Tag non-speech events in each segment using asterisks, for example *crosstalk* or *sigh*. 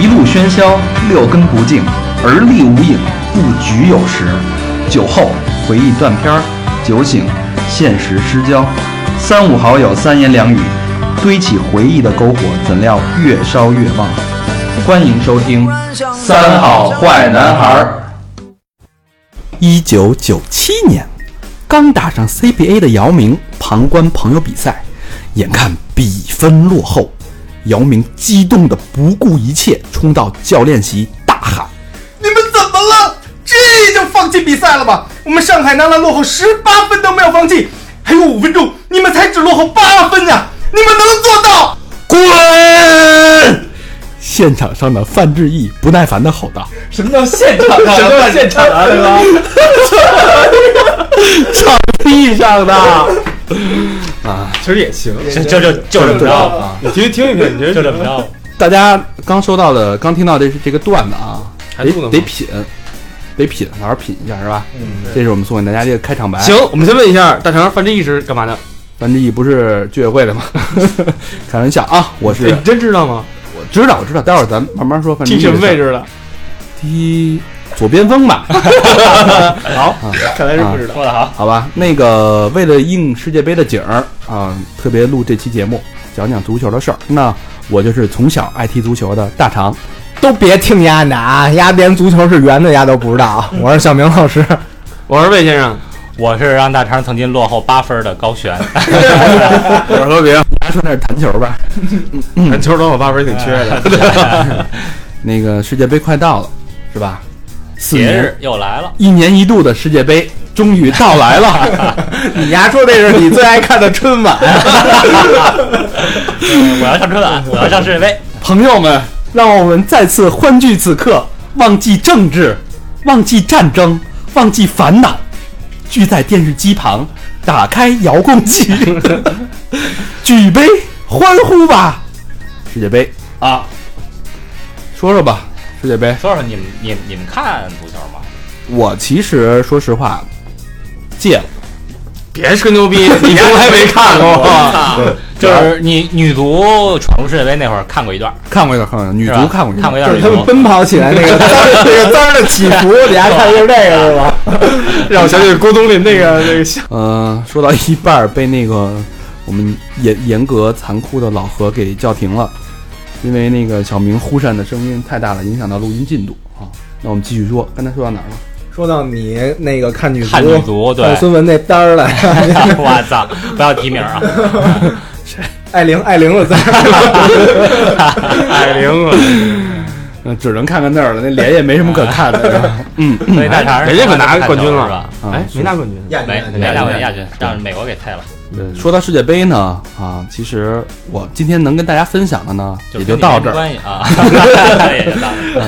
一路喧嚣，六根不净，而立无影，不局有时。酒后回忆断片儿，酒醒现实失焦。三五好友三言两语，堆起回忆的篝火，怎料越烧越旺。欢迎收听《三好坏男孩儿》。一九九七年，刚打上 CBA 的姚明旁观朋友比赛，眼看比分落后，姚明激动的不顾一切冲到教练席大喊你们怎么了？这就放弃比赛了吧？我们上海男篮落后十八分都没有放弃，还有五分钟，你们才只落后八分呀、你们能做到？：“滚！”现场上的范志毅不耐烦的吼道什么叫现场啊？什么叫现场啊？对吧？：“地上的其实也行，就就就就这么着啊，你听听一听，你觉得就这么着。大家刚收到的，刚听到这是这个段子啊，还得录呢吗得品，得品，好好品一下是吧？嗯，这是我们送给大家这个开场白。啊行，我们先问一下大肠，范志毅是干嘛的？范志毅不是居委会的吗？ *laughs* 开玩笑啊，我是哎你真知道吗？我知道，我知道，待会儿咱慢慢说。范志踢毅什么的事儿位？置的？踢左边锋 *laughs* 吧，啊看来是不知道。说的好，好吧。那个为了应世界杯的景儿啊，特别录这期节目，讲讲足球的事儿。那我就是从小爱踢足球的大肠，都别听丫的啊！丫连足球是圆的丫都不知道。 *laughs* 我是小明老师，我是魏先生，我是让大肠曾经落后八分的高 *laughs* 璇，我是和别人，还说那是弹球吧。篮球落后八分挺缺的。 *laughs* 那个世界杯快到了，是吧？四节年日又来了。一年一度的世界杯终于到来了， *laughs* 你丫说这是你最爱看的春晚？我要上春 *laughs* 晚，我要上世界杯。朋友们，让我们再次欢聚此刻，忘记政治，忘记战争，忘记烦恼，聚在电视机旁，打开遥控 *laughs* 器，举杯欢呼吧！世界杯啊，说说吧，世界杯。说说你们，你们你们看足球吗？我其实说实话，戒了。别吹牛 *laughs* 逼，你从来没看过。啊，就是你女足闯入世界杯那会儿看过一段，看过一段，看过一段，女是足吧看过一看段，过一段女足。奔跑起来那 *laughs* 个那个滋儿的起伏，你丫看的是这个是吧？让我想起郭冬临那个那个笑。呃，说到一半儿被那个 *laughs* 我们严严格残酷的老何给叫停了，因为那个小明忽闪的声音太大了，影响到录音进度啊。那我们继续说，刚才说到哪儿了？说到你那个看女足，看女足，对看，孙文那单儿了， *laughs* *laughs* 我操，不要提名 *laughs* 啊！艾玲艾玲的单儿，艾玲啊，嗯，只能看看那儿了，那脸也没什么可看 *laughs* 的。嗯，所以大肠人家可拿冠军是吧了？，啊哎，没拿冠军。没没拿过亚军，让美国给退了。说到世界杯呢，啊，其实我今天能跟大家分享的呢，也就跟你到没这儿。关系 *laughs* 啊， *laughs* 也就到这儿。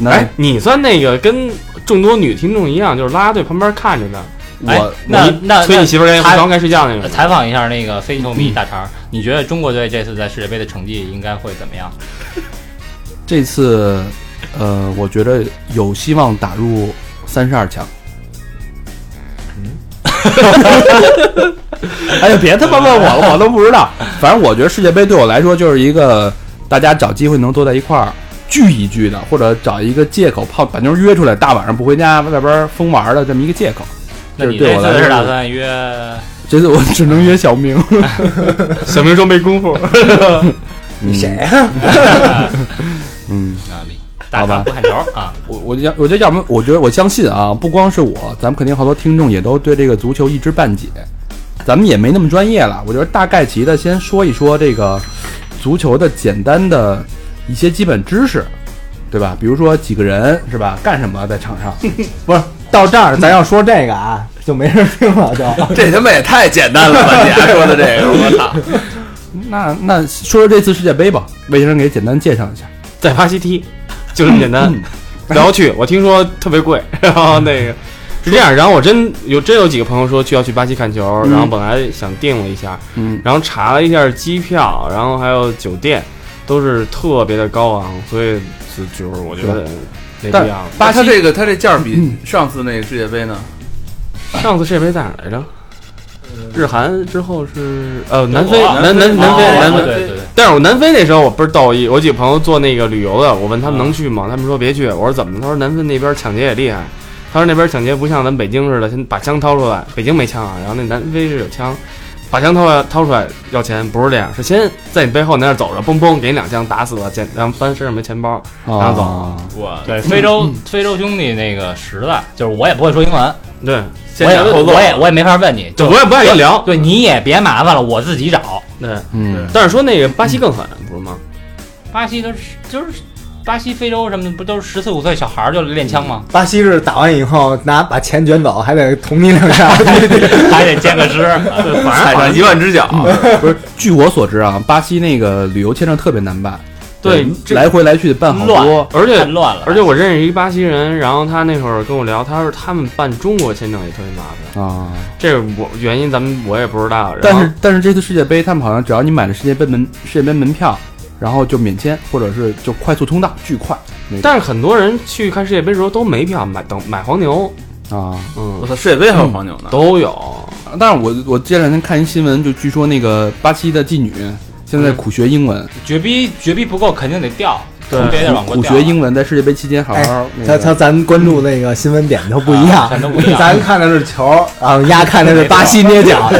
那哎，你算那个跟众多女听众一样，就是拉队旁边看着的。哎我那你那催你媳妇儿该那该睡觉那个。采访一下那个非球迷大肠，你觉得中国队这次在世界杯的成绩应该会怎么样？这次，呃，我觉得有希望打入三十二强。哎呀，别他妈问我了，我都不知道。反正我觉得世界杯对我来说就是一个大家找机会能坐在一块儿聚一聚的，或者找一个借口泡把妞约出来，大晚上不回家外边疯玩的这么一个借口。那就你是对这我来次是说打算约？这次我只能约小明。小明说没功夫，你谁？嗯，啊，大肠吧不看球 *laughs* 啊，我我要我觉得要么我觉得我相信啊，不光是我，咱们肯定好多听众也都对这个足球一知半解，咱们也没那么专业了。我觉得大概齐的先说一说这个足球的简单的一些基本知识，对吧？比如说几个人是吧，干什么在场 *laughs* 上？不是到这儿， *laughs* 咱要说这个啊，就没人听了 *laughs* 就。这他妈也太简单了吧！你还说的这个，*laughs* 我操！那那说说这次世界杯吧，魏先生给简单介绍一下。在巴西踢，就这么 *laughs* 简单。然后去，我听说特别贵，然后那个是这样。然后我真有真有几个朋友说去要去巴西看球，嗯然后本来想定了一下，嗯，然后查了一下机票，然后还有酒店，都是特别的高昂，所以就就是我觉得没必要。巴西这个他这价儿比上次那个世界杯呢？ *laughs* 上次世界杯在哪儿来着？日韩之后是呃南非，德国啊南南南非，哦南对非。对对，但是我南非那时候我倍儿逗，一我几个朋友做那个旅游的，我问他啊们能去吗？他们说别去。我说怎么了？他说南非那边抢劫也厉害。他说那边抢劫不像咱北京似的，先把枪掏出来。北京没枪啊，然后那南非是有枪，把枪掏出来掏出来要钱，不是这样，是先在你背后你那儿走着，嘣嘣给你两枪打死了，捡然后翻身上没钱包，然啊后走。我对非洲非洲兄弟那个实在，就是我也不会说英文，对，我先也斩后奏我也我也没法问你，就就我也不爱跟你聊。对你也别麻烦了，我自己找。对，嗯，但是说那个巴西更狠，不是吗？巴西都是就是巴西、非洲什么的，不都是十四五岁小孩儿就练枪吗？巴西是打完以后拿把钱卷走，还得捅你两 *laughs* 下。还得 *laughs* 健个尸。对，嗯反正好踩上像一万只脚，不是，据我所知啊，巴西那个旅游签证特别难办，对这来回来去办好乱多，而且太乱了，而且我认识一巴西人，然后他那会儿跟我聊，他说他们办中国签证也特别麻烦，啊。这是我原因咱们我也不知道。然但后是但是这次世界杯，他们好像只要你买了世界杯门世界杯门票，然后就免签，或者是就快速通道，巨快但是很多人去看世界杯的时候都没票买，等买黄牛，啊。嗯我，操，世界杯还有黄牛呢，都有。但是我我这两天看一新闻，就据说那个巴西的妓女现在苦学英文，绝逼绝逼不够，肯定得调，对从别的往过啊苦调。学英文在世界杯期间好好嗯那哎他个他咱关注那个新闻点都不一样啊全都不一，样咱看的是球，然后丫啊看的是巴西捏脚，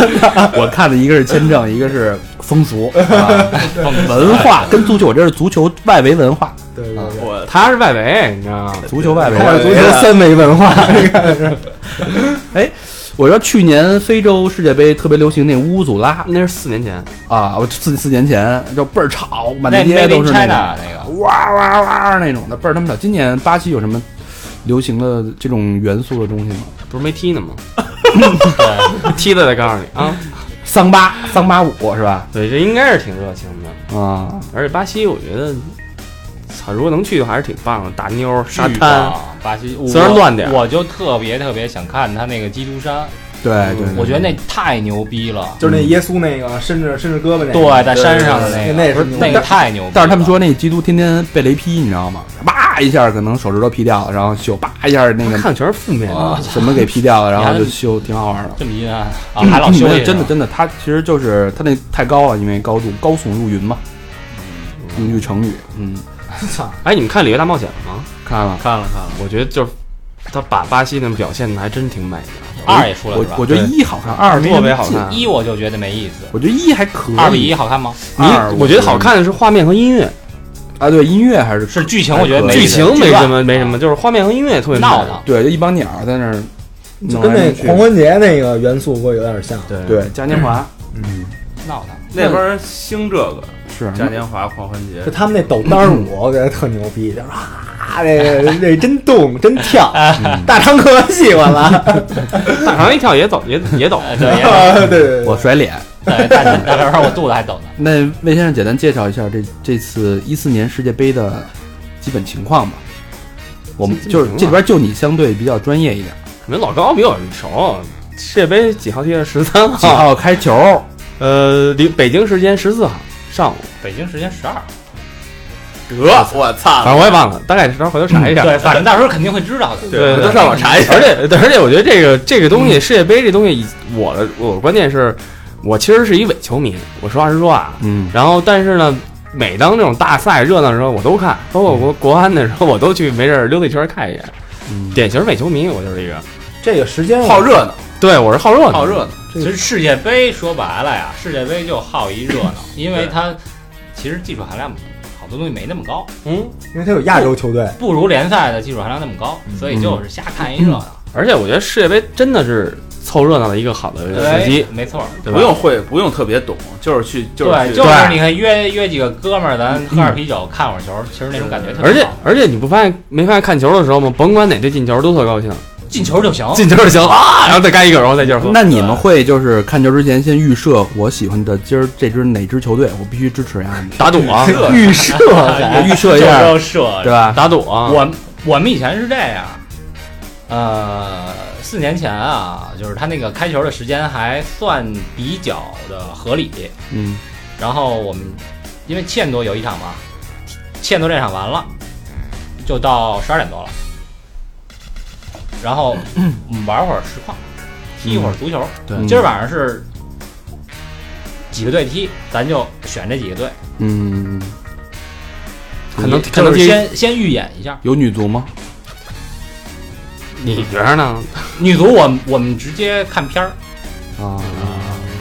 *laughs* 我看的一个是签证，一个是风俗、啊蹦文化，跟足球，我这是足球外围文化，对对对，我他是外围，你知道吗？足球外看着足围。球三维文化，哎我说去年非洲世界杯特别流行那乌祖拉那是四年前，啊，我四四年前就倍儿吵，满大那 Made 街 in 都是那 China 个那个，哇哇哇那种的，倍儿他妈吵。今年巴西有什么流行的这种元素的东西吗？不是没踢呢吗？踢了再告诉你啊。桑巴桑巴舞是吧？对，这应该是挺热情的，啊，而且巴西我觉得，操，如果能去的话还是挺棒的，大妞儿沙巨滩。棒，巴西我虽然乱点儿我就特别特别想看他那个基督山，对对，对我觉得那太牛逼了。就是那耶稣那个伸着伸着胳膊那对，在山上的那那是个，牛那个太牛逼了。但是他们说那基督天天被雷劈，你知道吗？叭一下可能手指头劈掉了，然后修叭一下那个看全是负面的，什么给劈掉了，然后就修，挺好玩的。这么 *laughs* 阴暗啊，还老修没理有真的真的，它其实就是它那太高了，因为高度高耸入云嘛，用句成语，嗯，哎，你们看《里约大冒险》了吗？看了。看了看了，我觉得就是他把巴西那表现的还真挺美的。二也出来我是吧我？觉得一好看，二没特别什么好劲看啊一我就觉得没意思，我觉得一还可以。二比一好看吗？你二我觉得好看的是画面和音乐，啊，对，音乐还是是剧情，我觉得没意剧思情没什么乱没什么，啊就是画面和音乐特别美闹腾。对，就一帮鸟在那儿就弄跟来那弄去，狂欢节那个元素会有点像。对对嘉年华闹腾。那边儿兴这个是嘉年华狂欢节就，他们那抖单舞，我觉得特牛逼，就是啊，那 *laughs* 个那真动真跳，大长可喜欢了。大长一跳也走也也 *laughs* 走，呃，对，*laughs* 对也 *laughs* 对我对，甩脸。对大大大白花，我肚子还抖呢。那魏先生简单介绍一下这这次一四年世界杯的基本情况吧。我们基本情况就是这里边就你相对比较专业一点，你们老高比我熟。世界杯几号踢的？十三几号。号开球？呃，离北京时间十四号上午。北京时间十二，得，我操反，正我也忘了，大概是时候回头查一下。对，反正到时候肯定会知道的。哎对回头上网查一下。而且而且，我觉得这个这个东西，世界杯这东西，以我的我的观点是，我其实是一伪球迷。我实话实说啊，嗯，然后但是呢，每当这种大赛热闹的时候，我都看，包括国国安的时候，我都去没事儿溜达一圈儿看一眼。典型伪球迷，我就是一个。这个时间好热闹，对，我是好热闹，好热闹，其实世界杯说白了呀，世界杯就好一热闹，因为它其实技术含量好多东西没那么高，嗯，因为他有亚洲球队，不如联赛的技术含量那么高，所以就是瞎看一热闹。而且我觉得世界杯真的是凑热闹的一个好的时对机，，哎没错。对吧不用会，不用特别懂，就是去就是对，去就是你看约约几个哥们儿，咱喝点啤酒，看会儿球，其实那种感觉特别而且好而且你不发现没发现看球的时候吗？甭管哪队进球都特高兴，进球就行。进球就行啊，然后再干一个，然后再接着啊喝。那你们会就是看球之前先预设我喜欢的今儿这支哪支球队，我必须支持呀，打赌 *laughs* 啊，预设预设一下， *laughs* 就射对吧？打赌啊，我我们以前是这样，呃，四年前啊，就是他那个开球的时间还算比较的合理。嗯，然后我们因为欠多有一场嘛，欠多这场完了，就到十二点多了，然后嗯我们玩会儿实况，踢一会儿足球。对今儿晚上是。几个队踢，咱就选这几个队，嗯，可你能可就能是先先预演一下。有女足吗？你觉着呢？女足，我们我们直接看片儿，啊，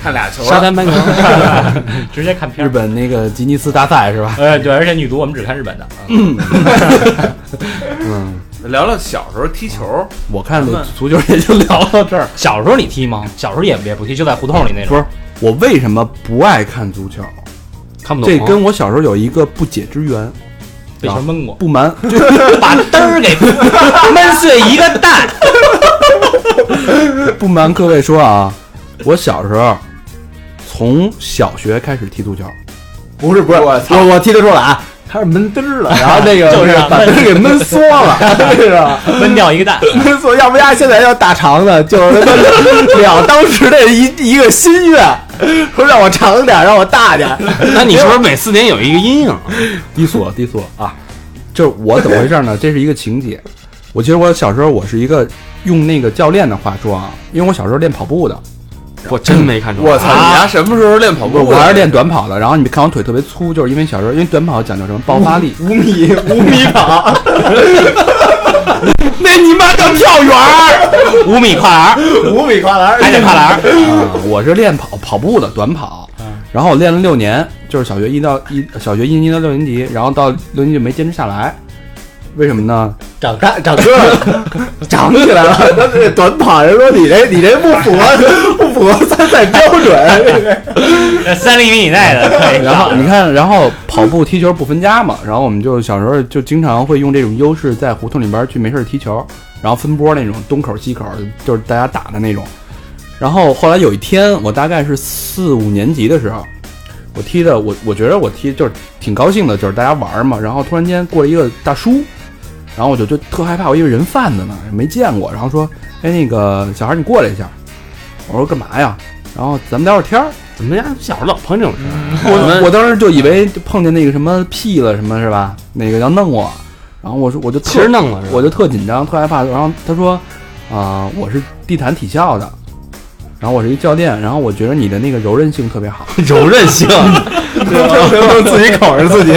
看俩球沙了，滩排球，啊 *laughs* 直接看片日儿。本那个吉尼斯大赛是吧？呃，对，而且女足我们只看日本的。嗯，聊聊小时候踢球，我看足球也就聊到这儿。小时候你踢吗？小时候也也不踢，就在胡同里那哦不种。是我为什么不爱看足球？看不懂。这跟我小时候有一个不解之缘。被球闷啊过，不瞒，把灯儿给 *laughs* 闷碎一个蛋。不瞒各位说啊，我小时候从小学开始踢足球，不是不是，我我踢得出来啊，他是闷嘚儿了，然后那个 *laughs* 就是啊把嘚儿给闷缩 *laughs* 了，是吧？闷掉一个蛋。闷缩，要不然现在要大肠呢，就是他妈两当时的一一个心愿，说让我长点儿，让我大点儿，那你是不是每四年有一个阴影？低俗低俗啊！ *laughs* 就是我怎么回事呢？ *laughs* 这是一个情节。我其实我小时候我是一个用那个教练的话说啊，因为我小时候练跑步的，啊我真没看出来。我操！你丫什么时候练跑我步？我还是练短跑的。然后你看我腿特别粗，就是因为小时候因为短跑讲究什么爆发 *laughs* 力， *laughs* 五米五米跑，那你妈叫跳远儿，五米跨栏儿。 *laughs* 五米跨栏，还得跨栏儿，啊，我是练跑跑步的短跑，嗯然后我练了六年，就是小学一到一小学一年级到六年级，然后到六年级就没坚持下来，为什么呢？长大长个儿 *laughs* 了，长起来了。那这短跑，人说你这你这不符合不符合参赛标准。呃三厘米以内 *laughs* 的可以然后上。你看，然后跑步踢球不分家嘛，然后我们就小时候就经常会用这种优势在胡同里边去没事儿踢球，然后分波那种东口西口，就是大家打的那种。然后后来有一天，我大概是四五年级的时候，我踢的我我觉得我踢就是挺高兴的，就是大家玩儿嘛。然后突然间过来一个大叔，然后我就就特害怕，我以为人贩子呢，没见过。然后说：“哎，那个小孩儿你过来一下。”我说：“干嘛呀？”然后咱们聊会儿天儿。怎么家小时候老碰这种事儿？我我当时就以为碰见那个什么屁了什么是吧？那个要弄我，然后我说我就特其实弄了是吧？我就特紧张，特害怕。然后他说啊、我是地坛体校的，然后我是一教练，然后我觉得你的那个柔韧性特别好， *laughs* 柔韧性，自己口着自己。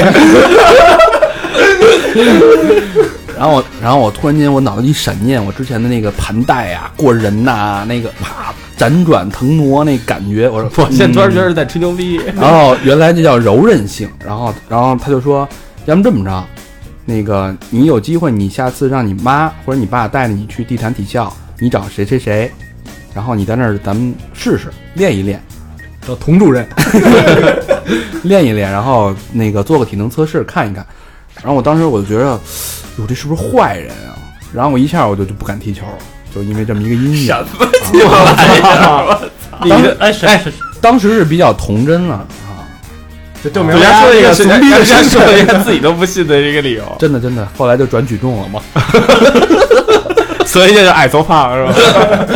然后我，然后我突然间，我脑子一闪念，我之前的那个盘带呀、过人呐、那个啪辗转腾挪那感觉，我说 *laughs* 我现在突然觉得是在吹牛逼。然后原来这叫柔韧性，然后然后他就说，要么这么着，那个你有机会，你下次让你妈或者你爸带着你去地坛体校，你找谁谁谁，然后你在那儿咱们试试练一练，找童主任，练一练，然后那个做个体能测试看一看。然后我当时我就觉得，我这是不是坏人啊？然后我一下我就就不敢踢球了，就因为这么一个阴影。 *laughs* 你的哎谁谁当时是比较童真了啊，就证明 *laughs* 人家他说了一个怂逼人的家身说份。了一个自己都不信的一个理由，真的真的，后来就转举重了嘛。所以就是矮矬胖是 *laughs* 吧？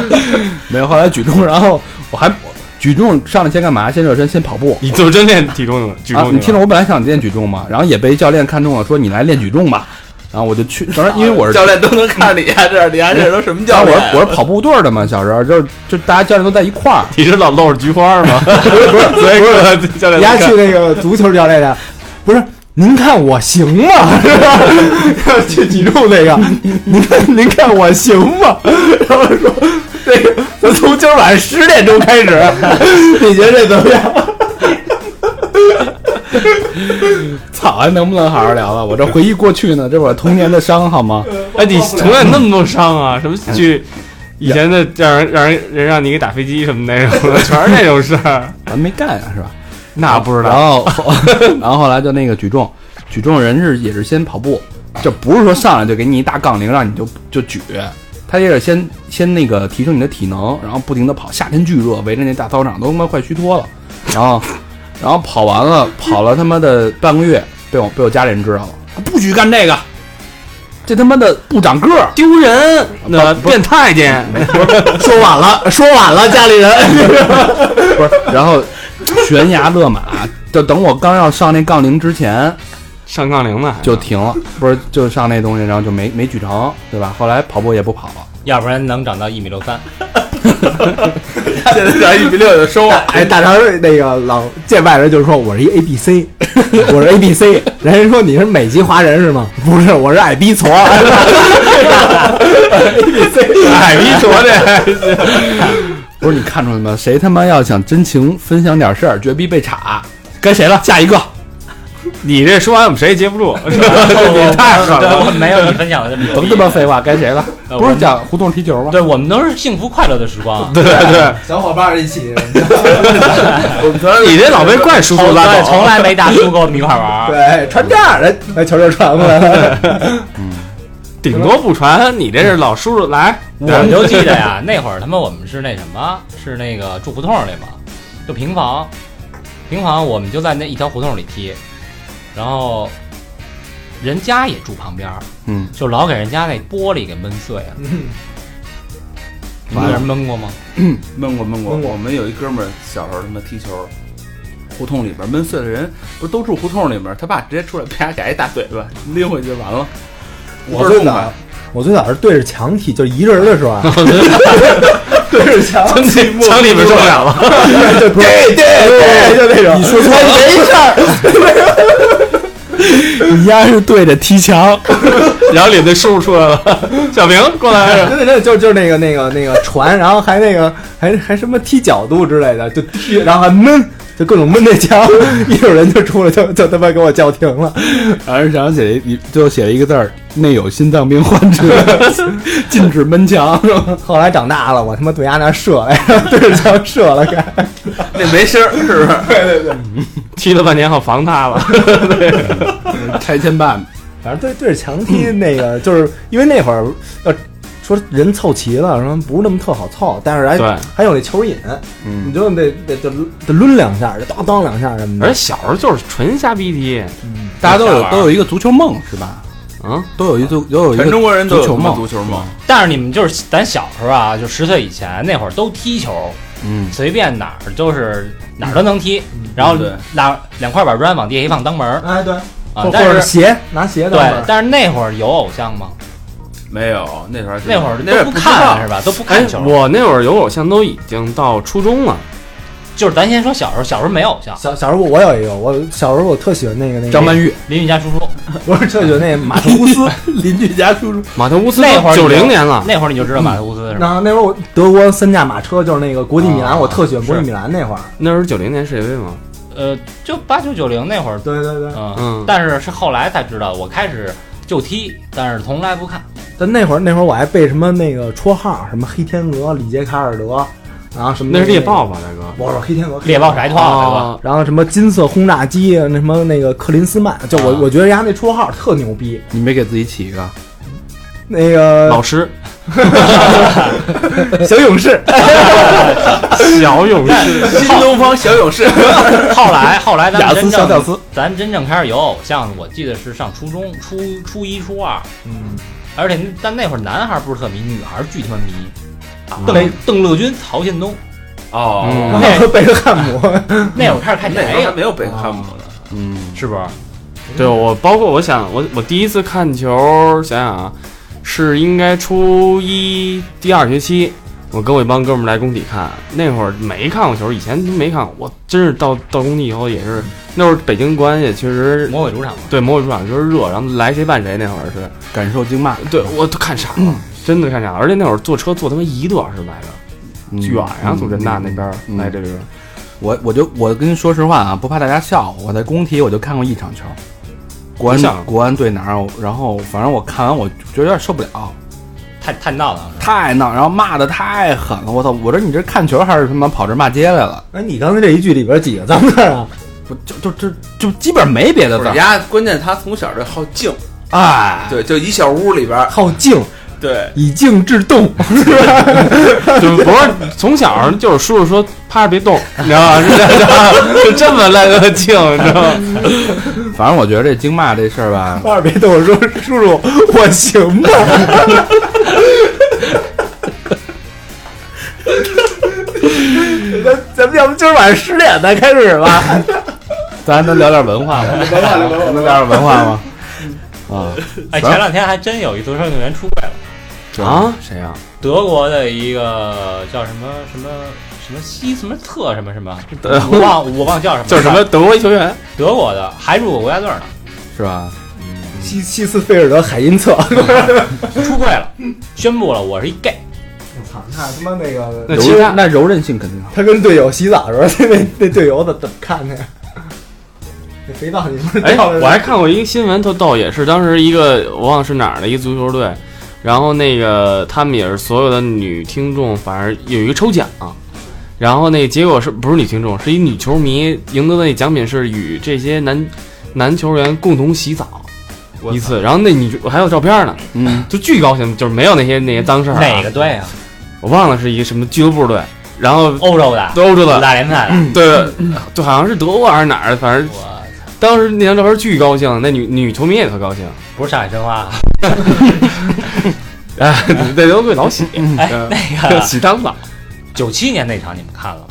没有，后来举重，然后我还举重上来先干嘛？先热身，先跑步。你就真练体重去了，举重去啊，了你听着，我本来想练举重嘛，然后也被教练看中了，说你来练举重吧。然后我就去，当时因为我是教，练都能看着你丫这 *laughs* 样，你丫这都什么教我练是？我是跑步队的嘛，小时候就是就大家教练都在一块儿，你是老露着菊花 *laughs* 吗？不是所以说教练人家去那个足球教练的，不是。您看我行吗？ *laughs* 是吧？要去举重那个，啊您看您看我行吗？然后说这个，咱从今儿晚上十点钟开始，你觉得这怎么样？ *laughs* 操，还能不能好好聊了？啊我这回忆过去呢，这我童年的伤好吗？哎，你从小那么多伤啊，什么去以前的让人让人人让你给打飞机什么那种的，全是那种事儿。咱没干啊，是吧？那不知然道，后， *laughs* 然后后来就那个举重，举重人是也是先跑步，就不是说上来就给你一大杠铃让你就就举，他也是先先那个提升你的体能，然后不停的跑。夏天巨热，围着那大操场都他妈快虚脱了，然后，然后跑完了，跑了他妈的半个月，被我被我家里人知道了，不许干这个，这他妈的不长个儿。丢人，那变太监，说晚了，说晚了，家里人。 *laughs* 不是，然后悬崖勒马，就等我刚要上那杠铃之前， *laughs* 上杠铃呢还 *laughs* 就停了，不是就上那东西，然后就没没举成，对吧？后来跑步也不跑了，要不然能长到一米六三。现在点一比六就收了。 *laughs* 哎，大肠那个老见外人就说我是一 A B C，我是 A B *laughs* C，人家说你是美籍华人是吗？不是，我是矮逼 *laughs* *laughs* 矬。哎海逼昨天 *laughs* 不是你看出来吗？谁他妈要想真情分享点事儿，绝逼被查。该谁了？下一个。你这说完我们谁也接不住，是吧？你太狠了， *laughs* 没有你分享的这么有甭意他思妈废话，该谁 *laughs* 了？呃我不是们讲胡同踢球吗？对我们都是幸福快乐的时 *laughs* 光，对对，小伙伴一起，你这老被怪叔叔从拉来走，从来没大叔跟我们一块玩儿。对，传这样的，哎，球就传过来了。顶多不传。你这是老叔叔来，我们就记得呀，那会儿他妈我们是那什么，是那个住胡同里嘛，就平房，平房我们就在那一条胡同里踢，然后人家也住旁边，嗯，就老给人家那玻璃给闷碎了。你们有人闷过吗？闷过闷过。闷过我们有一哥们儿小时候他妈踢球，胡同里边闷碎了人，不是都住胡同里面，他爸直接出来啪给他一大嘴巴，拎回去完了。 *laughs* 我倍儿最痛快早，我最早是对着墙踢，就是一个人的时候啊，对着墙，墙里面受不了了。对对对，就那种。你说错，没事儿。你丫是对着踢 *laughs* 墙， *laughs* 然后里的叔叔出来了，小明过来，真的真的就就是那个那个那个传，然后还那个还还什么踢角度之类的，就踢，然后还闷，就各种闷那墙， *laughs* 一会儿人就出来就就他妈给我叫停了。然后想写一，最后写了一个字儿：内有心脏病患者， *laughs* 禁止闷墙。后来长大了，我他妈对丫那射来着，对着墙射了，该那没声儿是 *laughs* 不是？踢了半天好防他了。拆迁办反正对对着墙踢那个，就是因为那会儿要说人凑齐了，说不是那么特好凑，但是还对还有那球瘾，你就得得得得抡两下，当当两下嗯什么而且的。小时候就是纯瞎逼踢，大家都有瞎玩都有一个足球梦是吧？嗯，都有一足都有一全个中国人都有足球他妈梦足球梦。但是你们就是咱小时候啊，就十岁以前那会儿都踢球，嗯，随便哪儿就是哪儿都能踢，然后对拿两块板砖往地下一放当门儿哎，对，啊或。但或者是鞋拿鞋当对门，，但是那会儿有偶像吗？没有，那会儿还真那会儿那会儿都不知看道是吧？都不哎看，球。我那会儿有偶像都已经到初中了，就是咱先说小时候，小时候没偶像，小小时候我有一个，我小时候我特喜欢那个那个张曼玉，邻居家叔叔。 *laughs* 我是特喜欢那个马特乌斯，邻居家叔叔，马特乌斯那会儿你就九零年了，那会儿你就知道马特乌斯是吧？然后那会儿我德国三驾马车就是那个国际米兰，啊我特喜欢国际是米兰那会儿。那时候九零年世界杯嘛，呃，就八九九零那会儿，对对对，嗯嗯，但是是后来才知道，我开始就踢，但是从来不看。但那会儿那会儿我还背什么那个绰号，什么黑天鹅、里杰卡尔德，然后什么那是猎豹，吧，大哥？我说黑天鹅，猎豹甩套，对吧？啊，然后什么金色轰炸机，那什么那个克林斯曼，就我、啊我觉得人家那绰号特牛逼，你没给自己起一个？那个老 *laughs* 师， *laughs* 小勇士，小勇士，新东方小勇士，后来后来咱雅们思真小屌正丝，咱们真正开始有偶像，我记得是上初中初初一初二，嗯，而且那但那会儿男孩不是特迷，女孩巨他妈迷。啊邓邓乐军、曹宪东，哦，嗯那贝克汉姆， *laughs* 那会儿开始看那谁时候还呀？没有贝克汉姆呢。嗯，是不是？对我包括我想我我第一次看球，想想啊，是应该初一第二学期，我跟我一帮哥们儿来工体看，那会儿没看过球，以前没看过，我真是到到工体以后也是，那会儿北京国安也确实魔鬼主场嘛。对魔鬼主场就是热，然后来谁办谁那会儿是， *laughs* 感受惊骂，对我都看傻了，真的看傻了，而且那会儿坐车坐他妈一个多小时来的，嗯远啊呀，从人大那边儿嗯来这边儿，我我就我跟您说实话啊，不怕大家笑，我在工体我就看过一场球，国一场安国安对哪儿，然后反正我看完我觉得有点受不了，太太闹腾了。太闹，然后骂的太狠了，我操！我说你这看球还是他妈跑这骂街来了？哎，你刚才这一句里边几个脏字啊？不就就就就基本没别的不字是，儿人，家关键他从小就好静，哎，对，就一小屋里边儿，好静，对，以静制动，是吧？就不是从小就是叔叔说趴着别动，你知道吧？是这样，就这么来个静，你知道吗？反正我觉得这经骂这事儿吧，二别对我说，叔叔，我行吗？咱咱们要不今儿晚上十点再开始吧？咱能聊点文化吗？文化 *laughs* 能聊点文化吗？啊，哎，前两天还真有一足球运动员出柜了，啊？谁呀？德国的一个叫什么什么什么西什么特什么什么，德我忘我忘叫 *laughs* 什么，叫什么？德国一球员德国的，还入过国家队呢，是吧？西西斯菲尔德海因策，出柜了，宣布了我是一 gay，我操，那他妈那个那其他那柔韧性肯定 *laughs* 好。他跟队友洗澡的时候，那那队友怎怎么看他呀？ *laughs* 那肥皂你不是哎，掉了我还看过一个新闻，特逗，也是当时一个我忘了是哪儿的一个足球队，然后那个他们也是所有的女听众，反正有一个抽奖，然后那结果是不是女听众，是一女球迷赢得的那奖品是与这些男男球员共同洗澡我一次，然后那女还有照片呢，嗯，就巨高兴，就是没有那些那些脏事儿、啊，哪个队啊？我忘了是一个什么俱乐部队，然后欧洲的，都欧洲五的，大联赛的，对，嗯对，好像是德国还是哪儿的，反正我操当时那张照片巨高兴，那女女球迷也特高兴。不是上海申花啊，啊，那都对老洗，哎，那个洗脏澡，九七年那场你们看了吗？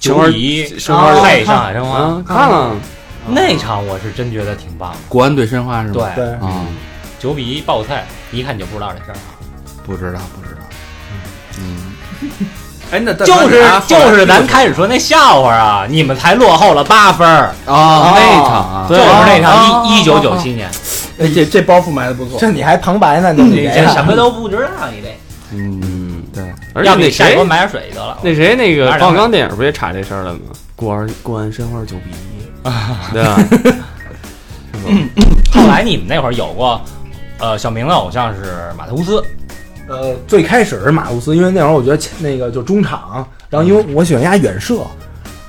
申花九比一申花配上海申花啊，看了，那场，我是真觉得挺棒的。国安对申花是吗？对，对，啊，九比一爆菜，一看你就不知道这事儿了。不知道不知道。嗯，哎，那就是就是咱开始说那笑话啊，你们才落后了八分儿，啊，那场啊，就是那场一一九九七年，哎，这这包袱埋的不错。这你还旁白呢？嗯你你啊这什么都不知道，你这嗯，对，而且要不那你下一谁波买点水得了。那谁那个拿着冯小刚电影不也查这事儿了吗？国安国安申花九比一啊，对吧？后来你们那会儿有过，呃，小明的偶像是马特乌斯，呃，最开始是马库斯，因为那会儿我觉得前那个就中场，然后因为我喜欢压远射，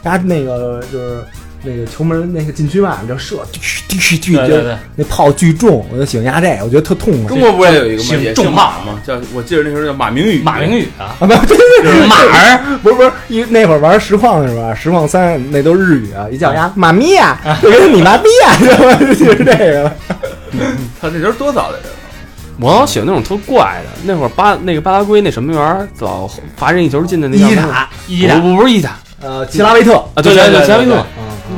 压那个就是那个球门那个禁区外面就射，巨巨巨，对对对，那炮巨重，我就喜欢压这个，我觉得特痛快中。国不是也有一个吗？姓也重姓马吗？叫我记得那时候叫马明宇。马明宇啊，啊，没有，对对对，马儿，不是不是，一那会儿玩实况是吧？实况三那都是日语啊，一叫呀妈咪呀，就跟你妈逼呀，就是这个了。他这时候多早的人啊？我老喜欢那种特怪的，那会儿巴那个巴拉圭那什么员老罚人一球进的那叫伊什么塔，伊塔不不不是伊塔呃，齐拉维特，嗯啊，对对对，对加维对诺，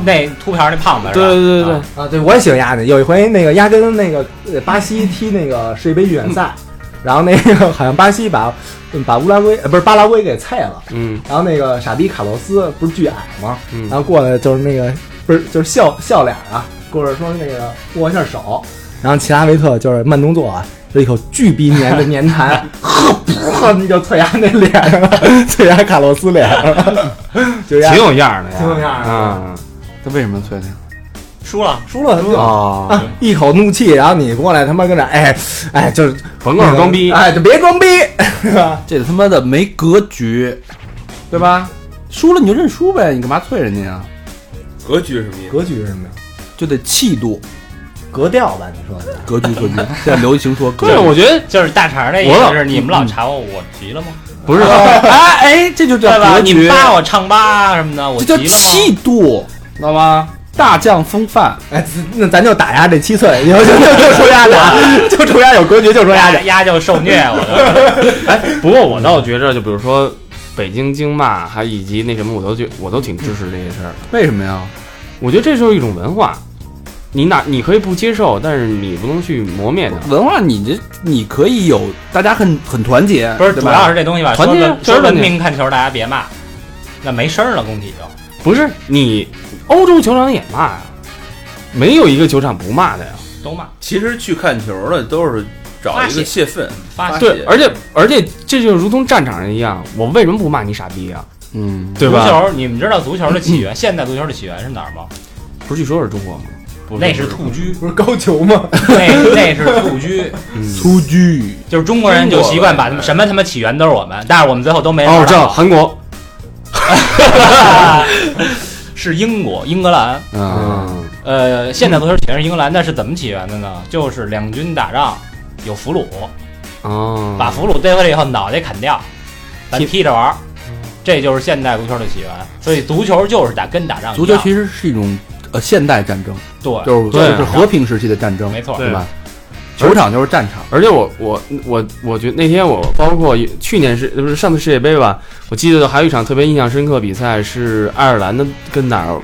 那秃瓢那胖子是吧，对对对对啊，啊，对，我也喜欢压的。有一回那个压跟那个呃巴西踢那个世界杯预选赛，嗯然后那个好像巴西把嗯把乌拉圭呃不是巴拉圭给菜了，嗯然后那个傻逼卡洛斯不是巨矮吗？嗯然后过来就是那个不是就是笑笑脸啊，过来说那个握一下手，然后齐拉维特就是慢动作啊，就一口巨逼黏的粘痰，呵噗，你就啐牙那脸上了，啐牙卡洛斯脸上了， *laughs* 就压挺有样儿的呀，挺有样儿的啊，他为什么催输了，输了就。他？啊！一口怒气，然后你过来他妈跟那哎哎，就是甭管是装逼，哎，就别装逼，是吧？啊这他妈的没格局，对吧？输了你就认输呗，你干嘛催人家呀？格局是什么意思？格局是什么呀？就得气度，格调吧，你说的。格局 *laughs* 格局。现在流行说格对，局，我觉得就是大肠那意我老嗯思是你们老查我，我急了吗？不是，哎哎，这就啊叫对吧？格你局们，扒我唱吧什么的，我这急叫了吗？气度，知道吗？大将风范，哎，那咱就打压这七岁，以后就就就说丫打，就说丫有格局，就说丫压这。压就受虐，我 *laughs* 就哎，不过我倒觉着，就比如说北京经骂，还以及那什么，我都觉我都挺支持这些事儿。为什么呀？我觉得这就是一种文化，你哪你可以不接受，但是你不能去磨灭它。文化，你这你可以有，大家很很团结，不是，对主要吧？是这东西吧，团说结文确说实团文结啊明看球，大家别骂，那没声儿了，工体就不是你，欧洲球场也骂呀，没有一个球场不骂的呀。都骂其实去看球的都是找一个泄愤，发泄。发对，而且而且这就如同战场上一样，我为什么不骂你傻逼啊？嗯，对足吧？嗯球，你们知道足球的起源，现代足球的起源是哪儿吗？不是据说是中国吗？不那是蹴鞠，不是高俅吗？那那是蹴鞠， *laughs* 嗯嗯出局。就是中国人就习惯把他们什么他妈起源都是我们，但是我们最后都没人哦，我知知道道，韩国，是英国英格兰。啊嗯，呃，现代足球起源是英格兰，那是怎么起源的呢？就是两军打仗，有俘虏，哦，把俘虏逮回来以后脑袋砍掉，咱踢着玩儿，这就是现代足球的起源。所以足球就是打跟打仗一样，足球其实是一种呃现代战争，啊对，就是对就是和平时期的战争，没错对吧？球场就是战场，而且我我我我觉得那天我包括去年是不是上次世界杯吧，我记得还有一场特别印象深刻比赛嗯是爱尔兰的跟哪儿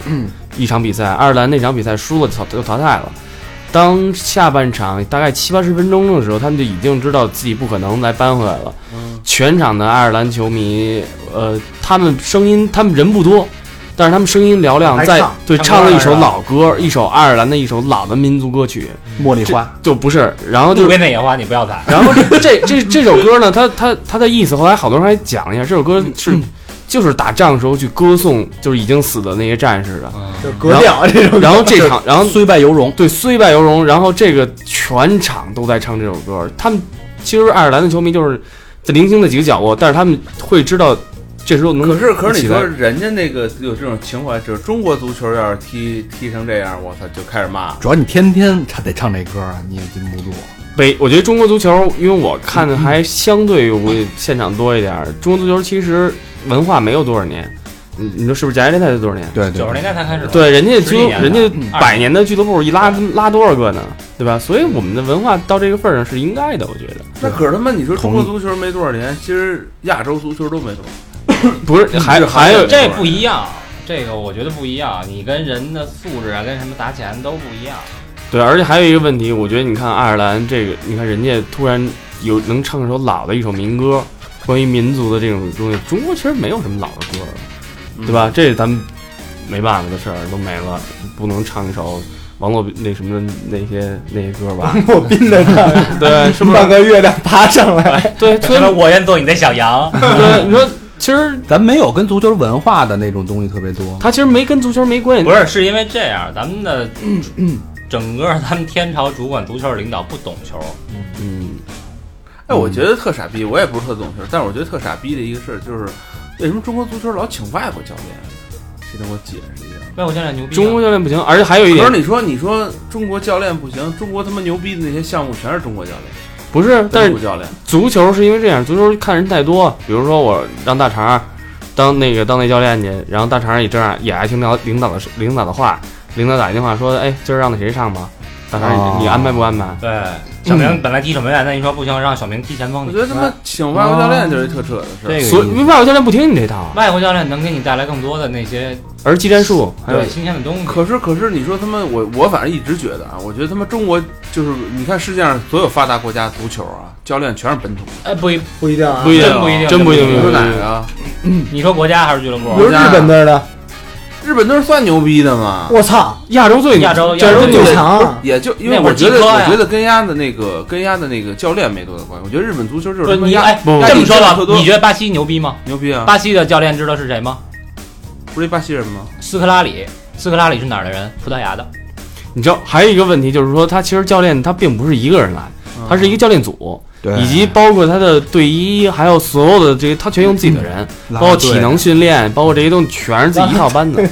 一场比赛，爱尔兰那场比赛输了淘就淘汰了，当下半场大概七八十分钟的时候，他们就已经知道自己不可能再扳回来了。嗯全场的爱尔兰球迷，呃，他们声音，他们人不多，但是他们声音嘹亮，还在唱对唱歌唱了一首是吧老歌，一首爱尔兰的一首老的民族歌曲，茉莉花， *laughs* 就不是，然后就路边那野花你不要采， *laughs* 然后这这这这首歌呢，它它它的意思，后来好多人还讲了一下，这首歌是、嗯就是打仗的时候去歌颂，就是已经死的那些战士嗯的。就格调这种。然后这场，然后虽败犹荣，对虽败犹荣，然后这个全场都在唱这首歌。他们其实爱尔兰的球迷就是在零星的几个角落，但是他们会知道这时候能可是可是起你来说人家那个有这种情怀，就是中国足球要是踢踢成这样，我操就开始骂了。主要你天天唱嗯得唱这歌啊，你也禁不住。北，我觉得中国足球，因为我看嗯的还相对于现场多一点儿。中国足球其实文化没有多少年，嗯你你说是不是？甲 A 联赛才多少年？对九十年代才开始。，对，人家十几俱年人家嗯二十百年的俱乐部一拉拉多少个呢？对吧？所以我们的文化到这个份儿上是应该的，我觉得那可是他妈，你说中同意国足球没多少年，其实亚洲足球都没多少。不是还还有这不一样，这个我觉得不一样，你跟人的素质啊，跟什么打起来都不一样。对，而且还有一个问题，我觉得你看爱尔兰这个，你看人家突然有能唱一首老的一首民歌，关于民族的这种东西，中国其实没有什么老的歌了，嗯对吧？这咱们没办法的事儿都没了，不能唱一首王洛宾那什么的那些那些歌吧？我斌 *laughs* 的那对，是不半是？个月亮爬上来，对，所以什么我愿做你的小羊，对你说，其实咱没有跟足球文化的那种东西特别多，他其实没跟足球没关系， *laughs* 不是是因为这样，咱们的整个咱们天朝主管足球的领导不懂球，嗯，哎，我觉得特傻逼，我也不是特懂球，但是我觉得特傻逼的一个事儿就是，为什么中国足球老请外国教练？谁能给我解释一下？外国教练牛逼啊。中国教练不行，而且还有一可是点你说，你说中国教练不行，中国他妈牛逼的那些项目全是中国教 *laughs* 练，不是，但中是国教练足球是因为这样，足球看人太多，比如说我让大肠儿当那个当那教练去，然后大肠儿也这样也爱听领导领导的领导的话，领导打电话说，哎，今儿让那谁上吧，大肠儿你、哦你安排不安排？对，小明本来踢守门员，那你说不行，让小明踢前锋。我你觉得他妈请外国教哦练就是一特扯的事儿。这个所以因为外国教练不听你这套，外国教练能给你带来更多的那些而技战术还有对新鲜的东西。可是可是你说他妈我我反正一直觉得啊，我觉得他妈中国就是你看世界上所有发达国家足球啊，教练全是本土的，哎，不一，不一定啊不。一真不一定，定真不一定，真你不说一哪个？啊？你说国家还是俱乐部比？如日本那儿的，日本队算牛逼的吗？我操，亚洲最亚洲亚亚洲最最强啊！也就因为那会我儿觉得，荆轲我呀觉得跟丫的那个跟丫的那个教练没多大关系。我觉得日本足球就不是是他妈你压哎，不这么说压力吧特多，你觉得巴西牛逼吗？牛逼啊！巴西的教练知道是谁吗？不是一巴西人吗？斯科拉里，斯科拉里是哪儿的人？葡萄牙的。你知道还有一个问题就是说，他其实教练他并不是一个人来，他是一个教练组，以及包括他的队医，还有所有的这些，他全用自己的人，包括体能训练，包括这些东西全是自己一套班子。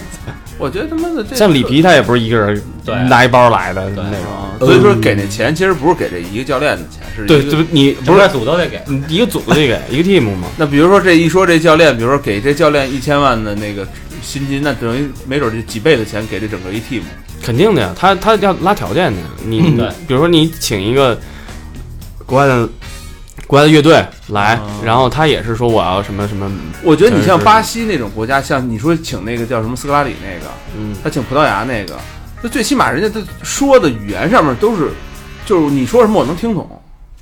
我觉得他妈的这像里皮他也不是一个人对拿一包来的对那种。呃啊，所以说给那钱其实不是给这一个教练的钱，是一对，个对，你整不个是组都得给，你一个组的这个一个 team 嘛？那比如说这一说这教练，比如说给这教练一千万的那个薪金，那等于没准这几倍的钱给这整个一 team。肯定的呀，他他要拉条件的。你嗯对比如说你请一个国外的国外的乐队来啊，然后他也是说我要什么什么，我觉得你像是巴西那种国家，像你说请那个叫什么斯科拉里那个，嗯，他请葡萄牙那个，那最起码人家他说的语言上面都是，就是你说什么我能听懂。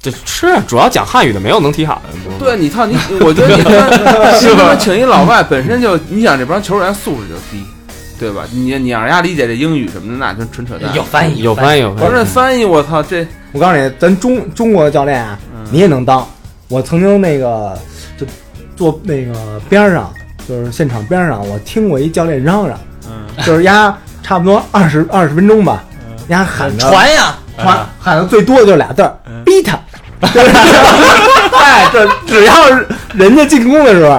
这是主要讲汉语的，没有能踢好的。不对，啊你操你， *laughs* 我觉得你 *laughs* 看，是吧？请一老外本身就，你想这帮球员素质就低，对吧？你你让人家理解这英语什么的，那就纯扯淡。有翻译，哎有翻翻译，有我翻这译。翻译，我操，这我告诉你，咱中中国的教练啊，你也能当。我曾经那个就坐那个边儿上，就是现场边儿上，我听过一教练嚷嚷，就是丫差不多二十二十分钟吧，丫喊着嗯传呀，喊喊的最多的就俩字儿，逼他。就是哎，这只要是人家进攻的时候，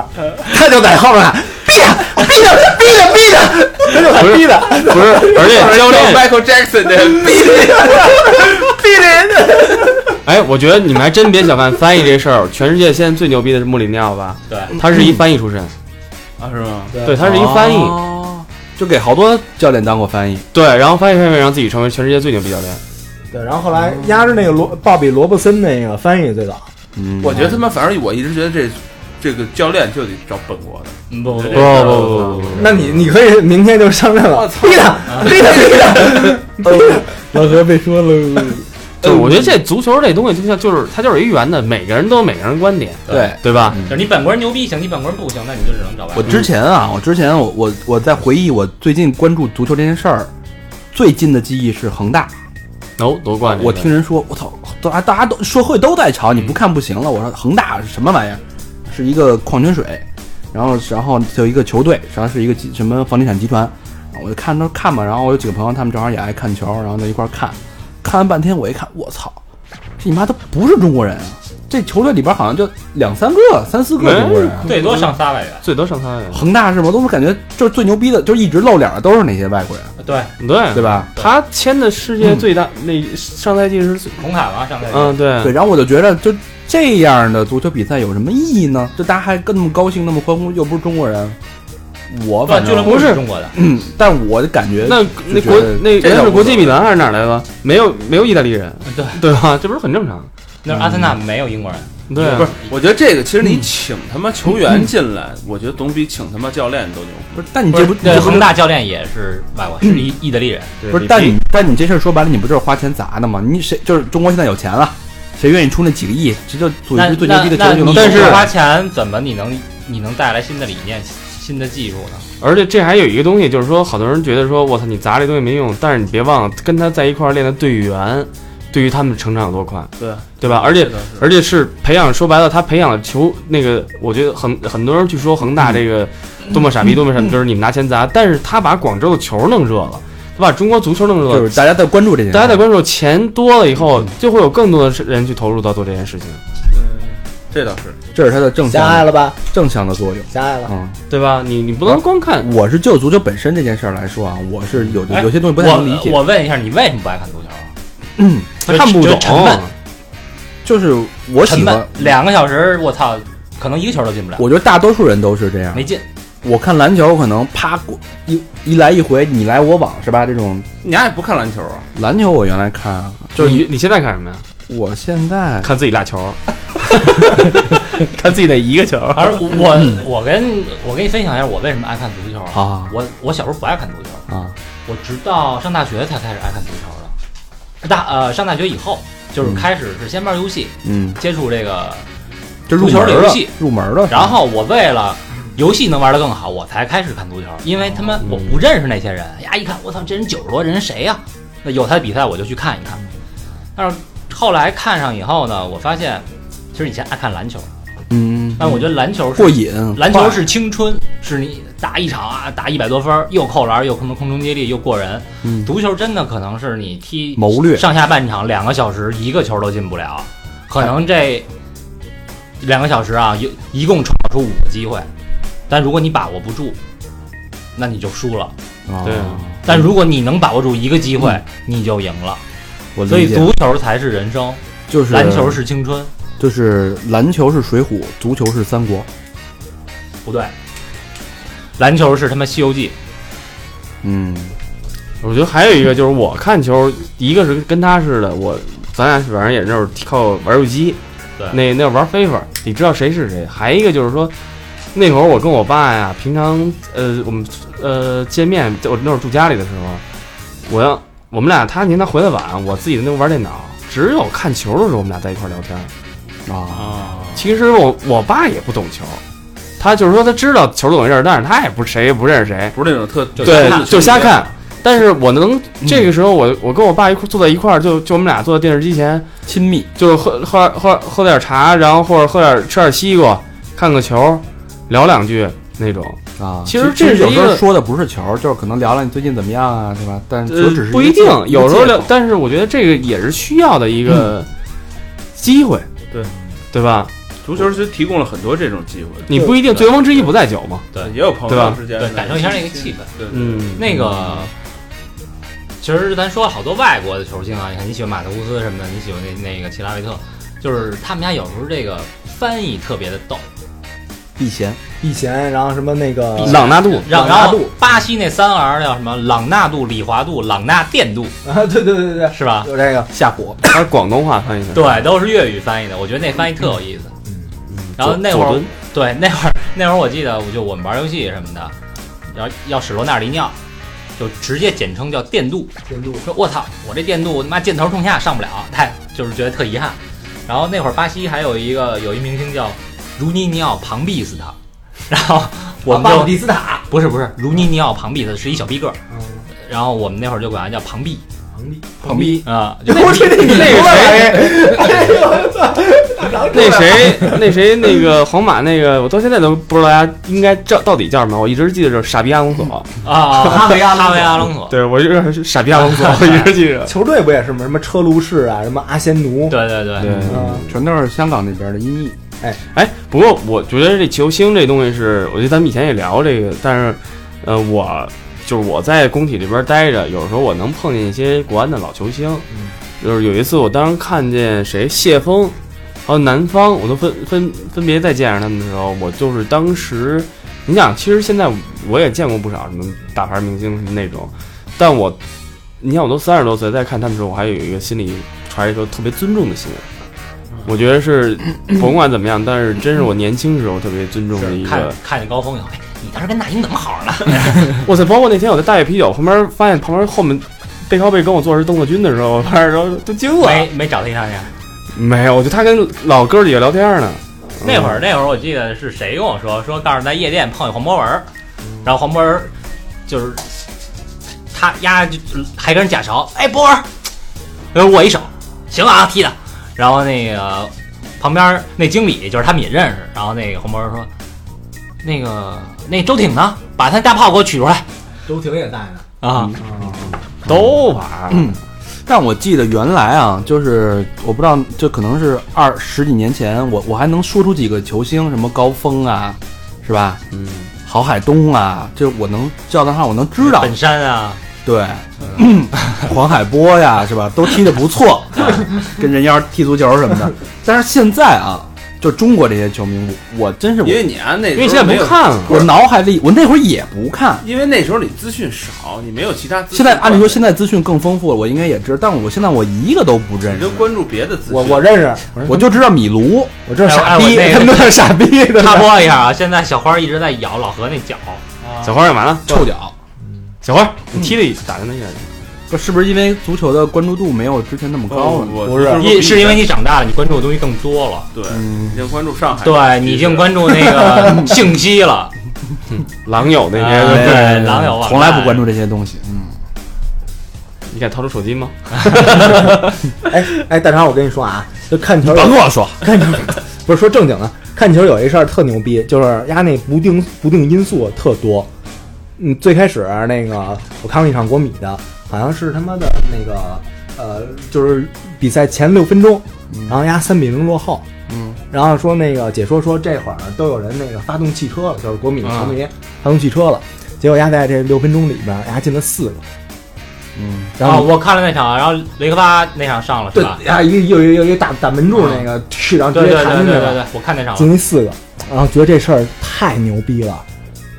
他就在后面喊逼他，逼他，逼他，逼他，他就喊逼他。不是，而 *laughs* 且教练 Michael Jackson 的逼哎，我觉得你们还真别小看翻译这事儿。全世界现在最牛逼的是穆里尼奥吧？对，他是一翻嗯译出身，啊，是吗？对他是一翻译，就给好多教练当过翻译。对，然后翻译翻译，让自己成为全世界最牛逼教练。对，然后后来压着那个罗鲍比罗伯森那个翻译最早，嗯，我觉得他妈，反正我一直觉得这这个教练就得找本国的。嗯不不不不，不不不，那你你可以明天就上任了，逼他，逼他，逼他！ *laughs* 老何被说了，就是我觉得这足球这东西就像就是它就是一圆的，每个人都有每个人观点，对嗯对吧？就是你本国人牛逼行，你本国人不行，那你就只能找外我国人。之前啊，我之前我我我在回忆我最近关注足球这件事儿，最近的记忆是恒大。哦，夺冠这个，我听人说，我操，都啊大家都社会都在吵，你不看不行了。我说恒大是什么玩意儿？是一个矿泉水，然后然后就一个球队，然后是一个集什么房地产集团。啊我就看都看吧，然后我有几个朋友，他们正好也爱看球，然后在一块儿看，看完半天我一看，我操，这你妈都不是中国人啊！这球队里边好像就两三个、三四个中国人啊。最多上仨外援，最多上三恒大是吗？都是感觉就是最牛逼的，就是一直露脸的都是那些外国人，对，对对？吧？他签的世界最大，那上赛季是最，孔卡嘛上赛季，嗯，对，对，然后我就觉得就这样的足球比赛有什么意义呢？就大家还跟那么高兴，那么欢呼，又不是中国人。我不反俱乐正部啊不是中国的，嗯，但我的感觉那那国那这那倒是不国际错米兰还是哪儿来的？没有没有意大利人，对对吧？这不是很正常？那是阿森纳没有英国人，嗯对啊，不是，我觉得这个其实你请他妈球员进来，我觉得总比请他妈教练都牛逼。不是，但你这不对这不恒大教练也是外嗯国，是意意大利人，对不是，里但皮你但你这事儿说白了，你不就是花钱砸的吗？你谁就是中国现在有钱了，谁愿意出那几个亿，这就组那织最牛逼的球那队那就能你走了。不花钱怎么你能你能带来新的理念、新的技术呢？而且这还有一个东西，就是说，好多人觉得说，我操，你砸这东西没用，但是你别忘了，跟他在一块儿练的队员，对于他们成长有多快，对对吧？而且这倒是而且是培养，说白了，他培养了球那个，我觉得很很多人去说恒大这个多么傻逼，多么傻逼，就是你们拿钱砸，但是他把广州的球弄热了，他把中国足球弄热就了是，大家在关注这件事，大家在关注钱多了以后，就会有更多的人去投入到做这件事情，这倒是。这是它的正 *laughs* 狭隘向了吧？正向的作用。狭隘了。啊嗯，对吧？你你不能光看，我是就足球本身这件事儿来说啊，我是有哎有些东西不太能理我解。我问一下，你为什么不爱看足球？啊嗯，就看不就懂，沉闷 *clears throat* 就是我沉喜闷欢，两个小时，我操，可能一个球都进不了，我觉得大多数人都是这样。没劲。我看篮球可能啪过一一来一回，你来我往是吧？这种你俩也不看篮球啊？篮球我原来看啊，就是你你现在看什么呀？我现在看自己俩 *laughs* 球，看自己的一个球。而我我跟我跟你分享一下，我为什么爱看足球啊啊我我小时候不爱看足球，啊我直到上大学才开始爱看足球的。大呃，上大学以后就是开始是先玩游戏，嗯，接触这个，就入足球门的游了戏，入门了。然后我为了游戏能玩得更好，我才开始看足球，因为他哦们我不认识那些人呀，一看我操，这人九十多，人谁呀、那有他的比赛我就去看一嗯看。但是后来看上以后呢，我发现其实以前爱看篮球，嗯，但我觉得篮球是过瘾，篮球快是青春，是你打一场啊，打一百多分儿，又扣篮，又空空中接力，又过人。嗯足球真的可能是你踢谋略上下半场两个小时，一个球都进不了，可能这两个小时啊，有一共创造出五个机会，但如果你把握不住，那你就输了。啊对但如果你能把握住一个机会，你就赢了。嗯我理所以解足球才是人生，就是篮球是青春。就是篮球是水浒，足球是三国。不对，篮球是他妈《西游记》。嗯，我觉得还有一个就是我看球，一个是跟他似的，我咱俩反正也就是靠玩游戏机，对那那玩飞粉，你知道谁是谁。还一个就是说，那会儿我跟我爸呀，平常呃我们呃见面，就我那会儿住家里的时候，我要我们俩他你看他回来晚，我自己在那屋玩电脑，只有看球的时候我们俩在一块儿聊天。啊，其实我我爸也不懂球，他就是说他知道球怎么回事儿，但是他也不谁也不认识谁，不是那种特对，就瞎看。嗯但是我能这个时候我，我跟我爸一块坐在一块儿，就就我们俩坐在电视机前，亲密。就是喝喝喝喝点茶，然后或者喝点吃点西瓜，看个球，聊两句那种。啊，其实这是有一时候个说的不是球，就是可能聊聊你最近怎么样啊，对吧？但是呃球只是，不一个定借口，有时候聊一个借口，但是我觉得这个也是需要的一个机会，对嗯对吧？足球其实提供了很多这种机会，你不一定醉翁之意不在酒嘛，对也有朋友之间对，感受一下那个气氛。。对，嗯，那个，其实咱说好多外国的球星啊，你看你喜欢马特乌斯什么的，你喜欢那那个齐拉维特，就是他们家有时候这个翻译特别的逗，避嫌。以前，然后什么那个朗纳度，然朗纳然后度巴西那三 R 叫什么？朗纳度、里华度、朗纳电度，啊，对对对对对，是吧？有这个下火，还是广东话翻译嗯的。对，都是粤语翻译的，我觉得那翻译特有意思。然后那会佐儿敦对，那会儿那会儿我记得，我就我们玩游戏什么的，要要使罗纳尔迪尼奥，就直接简称叫电镀。电镀说，我操，我这电镀他妈箭头冲下上不了，太就是觉得特遗憾。然后那会儿巴西还有一个有一明星叫茹尼尼奥庞毕斯特， *laughs* 然后我们就、蒂斯塔，不是不是茹尼尼奥庞毕斯特是一小逼个儿，然后我们那会儿就管他叫庞毕胖逼，啊， *laughs* 就不是你那谁哎那那谁那谁那个皇马那个，我到现在都不知道他应该叫到底叫什么，我一直记得就是傻逼阿隆索，啊哈维阿哈维阿隆索， *laughs* 对我就是傻逼阿隆 *laughs* 索，我一直记 *laughs* 着。球队不也是吗？什么车路士啊，什么阿仙奴，对对对，对，嗯，全都是香港那边的音译。哎，不过我觉得这球星这东西是，我觉得咱们以前也聊这个，但是，呃，我就是我在工体这边待着，有时候我能碰见一些国安的老球星，嗯就是有一次我当时看见谁谢峰，还有南方，我都分分分别再见着他们的时候，我就是当时，你想，其实现在我也见过不少什么大牌明星什么那种，但我，你像我都三十多岁再看他们的时候，我还有一个心里揣着一个特别尊重的心。嗯我觉得是 *coughs* 甭管怎么样，但是真是我年轻时候特别尊重的一是个看。看见高峰以后，哎，你当时跟那英怎么好上了？哇塞！包括那天我在大爷啤酒旁边发现旁边后面背靠背跟我坐的是邓乐军的时候，我 *laughs* 当时都都惊了。没没找他一趟去。没有，我觉得他跟老哥儿几个聊天呢。那会儿那会儿我记得是谁跟我说说，告诉在夜店碰见黄博文儿，然后黄博文儿就是他丫就还跟人假勺，哎博文儿，呃握一手，行啊踢的，然后那个旁边那经理就是他们也认识，然后那个黄博文说，那个那周挺呢，把他大炮给我取出来周婷也在呢。啊，都玩儿，但我记得原来啊，就是我不知道，这可能是二十几年前，我我还能说出几个球星，什么高峰啊，是吧？嗯，郝海东啊，这我能叫得上，我能知道本。山啊，对，嗯 *clears throat* 黄海波呀，是吧？都踢得不错，啊跟人妖踢足球什么的。但是现在啊，就中国这些球迷，我真是我因为你啊，那因为现在没不有，看了。我脑海里，我那会儿也不看。因为那时候你资讯少，你没有其他资讯。现在按理说现在资讯更丰富了，我应该也知道，但我现在我一个都不认你识就，关注别的资讯。我我认识，我就知道米卢。我这哎傻我逼，那个 *laughs* 他们都是傻逼的。插播一下啊，现在小花一直在咬老何那脚，啊小花干嘛呢？臭脚，小花，你踢了一打听他一下。不是不是因为足球的关注度没有之前那么高我了？我不是因是因为你长嗯大了，你关注的东西更多了。对，已经关注上海。对你已经关注那 *laughs* 个信息了，狼友那啊些，对狼友网从来不关注。注这些东西。嗯，你敢掏出手机吗？哎哎，大长，我跟你说啊，就看球，我说，看球，不是说正经的，看球有一事儿特牛逼，就是压那不定不定因素特多。嗯，最开始那个我看过一场国米的，好像是他妈的那个呃，就是比赛前六分钟，然后压三比零落后。嗯，然后说那个解说说这会儿都有人那个发动汽车了，就是国米球迷发动汽车了，结果压在这六分钟里边，压进了四个。嗯，然啊后我看了那场，然后雷克巴那场上了是对吧？，啊，一个又又又一大大门柱那个，去然后对直对接对弹进去对对了，对，我看那啊场了。进一四个，然后觉得这事儿太牛逼了，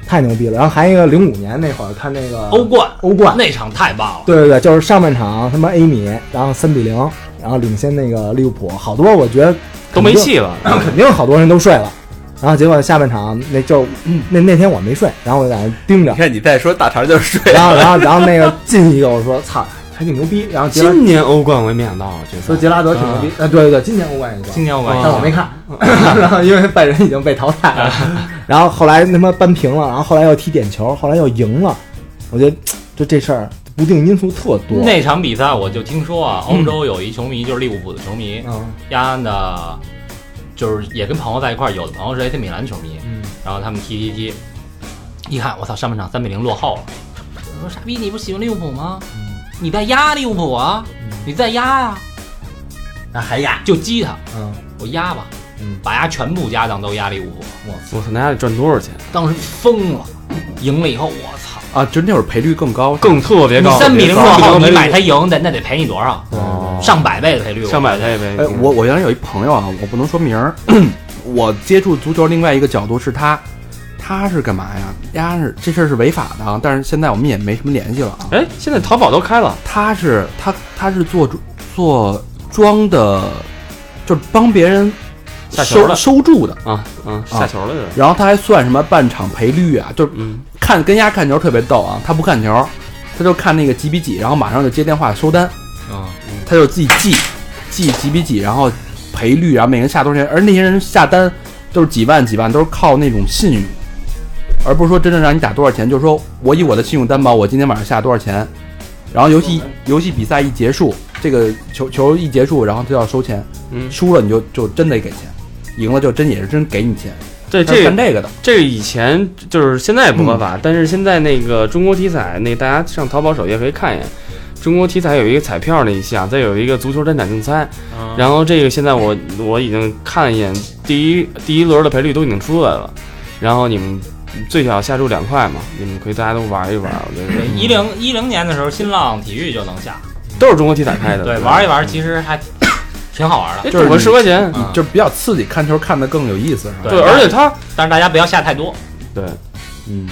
太牛逼了。然后还有一个零五年那会儿看那个欧冠，欧冠，那场太棒了。对对对，就是上半场他妈 A 米，然后三比零，然后领先那个利物浦，好多我觉得都没戏了。嗯肯定，肯定好多人都睡了。然后结果下半场那就嗯那那天我没睡，然后我在那盯着 *laughs* 你，看你再说大肠就睡然后然后然后那个进一个，我说操，还挺牛逼。然后杰拉今年欧冠我也没想到，这说次杰拉德挺牛逼，啊对对对，今年欧冠也行。今年我感但我觉没看， *laughs* 然后因为拜仁已经被淘汰了， *laughs* 然后后来他妈扳平了，然后后来又踢点球，后来又赢了，我觉得就这事儿不定因素特多。那场比赛，我就听说啊，欧洲有一球迷就是利物浦的球迷，嗯压的，就是也跟朋友在一块儿，有的朋友是 AC 米兰球迷，嗯然后他们踢踢踢，一看我操，上半场三比零落后了，我说傻逼，你不是喜欢利物浦吗？你在压利物浦啊，你在压呀、那还压，就激他，嗯，我压吧，嗯把压全部家当都压利物浦，我操，那家得赚多少钱？当时疯了，赢了以后我操，啊，就那会儿赔率更高，更特别你高，三比零落三比后零你买他赢，得那得赔你多少？哦上百倍的赔率，上百台也没。哎，我我原来有一朋友啊，我不能说名儿， *clears throat* 我接触足球另外一个角度是他，他是干嘛呀？他是这事儿是违法的啊，但是现在我们也没什么联系了啊。哎，现在淘宝都开了，他是他他是做做装的，就是帮别人下球收了收注的，啊啊，下球了就是。然后他还算什么半场赔率啊，就是嗯，看跟丫看球特别逗啊，他不看球，他就看那个几比几，然后马上就接电话收单，啊，他就自己记记几比几，然后赔率，然后每个人下多少钱，而那些人下单都是几万几万，都是靠那种信誉，而不是说真正让你打多少钱，就是说我以我的信用担保，我今天晚上下多少钱，然后游戏游戏比赛一结束，这个球球一结束，然后就要收钱，嗯输了你就就真得给钱，赢了就真也是真给你钱，对哎他是这干个这个的，这个以前就是现在也不合嗯法，但是现在那个中国体彩，那大家上淘宝首页可以看一眼。中国体彩有一个彩票那一项，再有一个足球单场竞猜，啊然后这个现在我我已经看了一眼，第一第一轮的赔率都已经出来了，然后你们最小下注两块嘛，你们可以大家都玩一玩，我觉得一零一零年的时候，新浪体育就能下，都是中国体彩开的，对，吧玩一玩其实还 *coughs* 挺好玩的。哎赌个十块钱，嗯就是比较刺激，看球看得更有意思，是吧？对，而且它但是大家不要下太多，对嗯，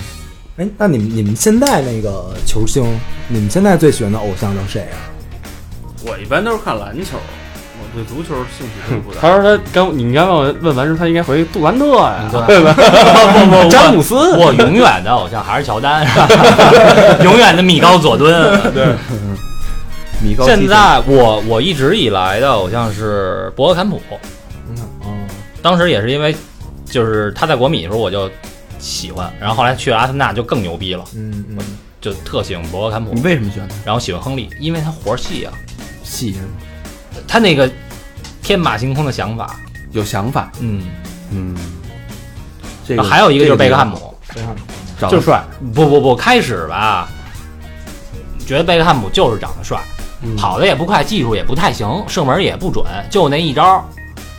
哎，那你们你们现在那个球星，你们现在最喜欢的偶像都谁啊？我一般都是看篮球，我对足球兴趣并不大。他说他刚你刚问问完之后，他应该回杜兰特呀，对吧？詹姆斯，我永远的偶像还是乔丹， *laughs* 是吧永远的米高佐敦。米高基现在我我一直以来的偶像是博格坎普，哦，当时也是因为就是他在国米的时候我就喜欢，然后后来去了阿森纳就更牛逼了，嗯嗯，就特喜欢博格坎普你，为什么喜欢他？然后喜欢亨利，因为他活儿细啊，细是吗？他那个天马行空的想法，有想法，嗯，嗯，这个还有一个就是贝克汉姆，长得帅，不不不，开始吧，觉得贝克汉姆就是长得帅，嗯跑的也不快，技术也不太行，射门也不准，就那一招，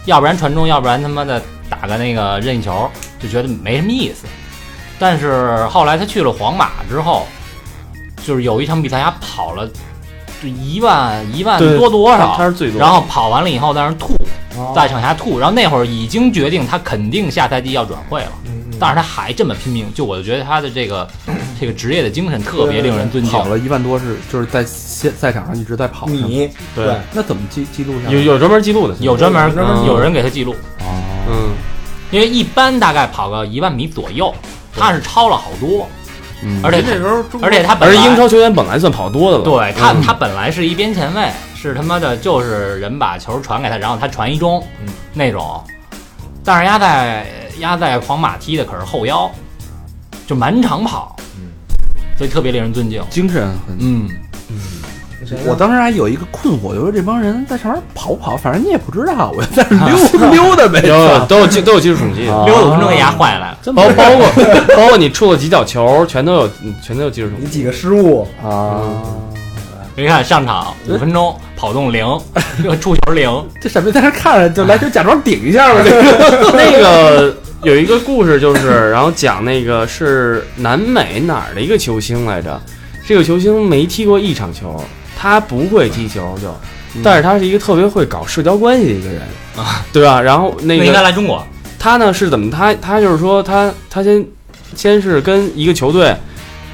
要不然传中，要不然他妈的打个那个任意球，就觉得没什么意思。但是后来他去了皇马之后，就是有一场比赛他跑了就一万一万对多多他他少，是最多，嗯然后跑完了以后在那儿吐，哦在场下吐，然后那会儿已经决定他肯定下赛季要转会了。嗯嗯但是他还这么拼命，就我就觉得他的这个这个职业的精神特别令人尊敬。跑了一万多是就是在现赛场上一直在跑。嗯是吗你对对那怎么记记录下来？有有专门记录的，有专门嗯专门记录有人给他记录，哦，嗯。因为一般大概跑个一万米左右，他是超了好多，嗯而且那时候中国而且他 *laughs* 本而来英超球员本来算跑多的了，对他嗯他本来是一边前卫，是他妈的就是人把球传给他，然后他传一中嗯那种，但是压在压在皇马踢的可是后腰，就满场跑，嗯所以特别令人尊敬。精啊神很。嗯，谁我呢当时还有一个困惑，就是这帮人在上面跑不跑，反正你也不知道，我在那 *laughs* 溜溜达呗。有都有技都有技术统计，啊溜了五分钟给压坏来了。包包括包括你触了几脚球，全都有全都有技术统你计。几个失误，嗯啊，你看上场五分钟，跑 *laughs* 动零，触球零，这傻逼在那看着，就来就假装顶一下吧。这个 *laughs* 那个 *laughs* 有一个故事就是，然后讲那个是南美哪儿的一个球星来着，这个球星没踢过一场球，他不会踢球就，但是他是一个特别会搞社交关系的一个人嗯啊，对吧？然后那那应该个来中国。他呢是怎么？他他就是说他他先先是跟一个球队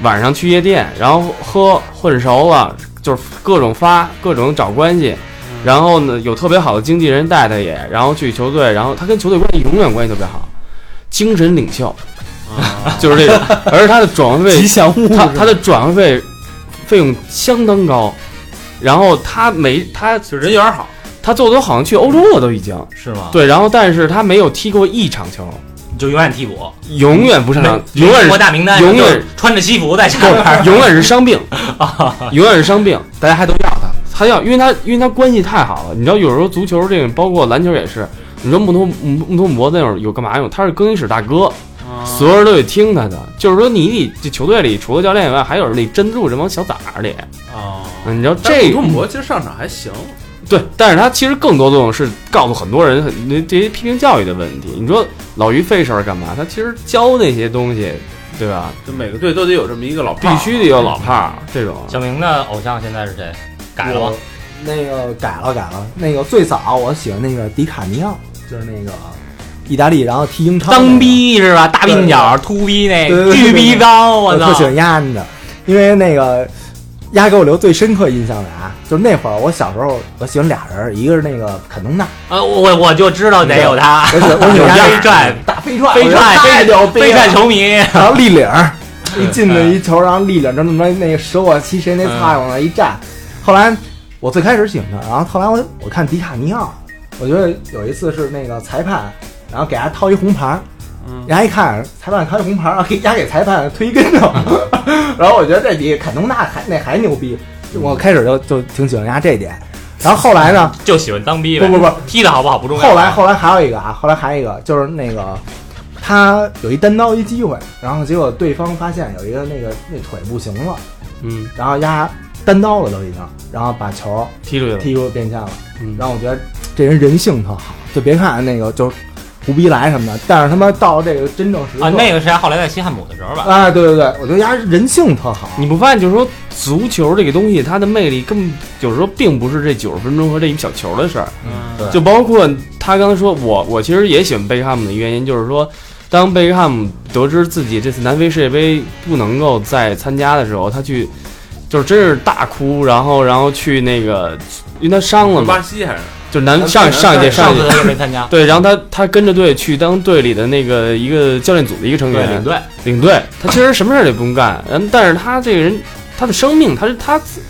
晚上去夜店，然后喝混熟了，就是各种发各种找关系，然后呢有特别好的经纪人带他也，然后去球队，然后他跟球队关系永远关系特别好，精神领袖， *laughs* 就是这种，而且他的转会费吉祥物，他他的转会费费用相当高，然后他没他就人缘好，他最后都好像去欧洲了都已经。是吗？，对，然后但是他没有踢过一场球，就永远替补，永远不上场，没永远中国是大名单，永远就是穿着西服在下边儿。永远是伤病， *laughs* 永远是伤病。大家还都要他。他要，因为他因为他关系太好了，你知道，有时候足球这个，包括篮球也是。你说穆托穆穆托姆博那会儿有干嘛用？他是更衣室大哥，所有人都得听他的。就是说，你得这球队里除了教练以外，还有人得镇住这帮小崽儿得。哦，嗯你知道但这古图姆博其实上场还行，对，但是他其实更多作用是告诉很多人很那这些批评教育的问题。你说老于费事儿干嘛？他其实教那些东西，对吧？就每个队都得有这么一个老炮必儿须得有老炮儿这种。小明的偶像现在是谁？改了吗？我那个改了，改了。那个最早我喜欢那个迪卡尼奥，就是那个意大利，然后踢英超那个。脏逼是吧？大鬓角、秃逼那对对对巨逼高，我我呃特喜操！欢压你的，因为那个丫给我留最深刻印象的啊，就是那会儿我小时候我喜欢俩人，一个是那个肯东娜，呃，我我就知道得有他，我喜欢我喜有 *laughs* 欢飞丫踹，大飞踹，飞我觉得踹，太牛逼了，飞踹球迷，然后立领儿，一进去一球，然后立领儿，就那么着那个舍我其谁那菜往那一站。后来我最开始喜欢他，然后后来我我看迪卡尼奥，我觉得有一次是那个裁判，然后给他掏一红牌儿，人家一看裁判掏一红牌儿，然后给人家给裁判推一跟头，然后我觉得这比坎通纳还那还牛逼，我开始就就挺喜欢人家这一点。然后后来呢？就喜欢当逼不呗。不不，踢的好不好不重要。后来后来还有一个啊，后来还有一个就是那个，他有一单刀一机会，然后结果对方发现有一个那个那腿不行了，嗯，然后压单刀了都已经，然后把球踢出去了。踢出边线了嗯。然后我觉得这人人性特好，就别看那个就是胡逼来什么的，但是他妈到这个真正时刻啊，那个是他后来在西汉姆的时候吧？啊，对对对，我觉得丫人性特好。你不发现就是说，足球这个东西它的魅力根本有时候并不是这九十分钟和这一小球的事儿，对就包括他刚才说我我其实也喜欢贝克汉姆的原因就是说，当贝克汉姆得知自己这次南非世界杯不能够再参加的时候，他去就是真是大哭，然后然后去那个因为他伤了嘛巴，嗯西还是就是南上上一届上上一届次他就没参加，对，然后他他跟着队去当队里的那个一个教练组的一个成对员，领队，领队，他其实什么事儿也不用干，嗯，但是他这个人，他的生命，他是他自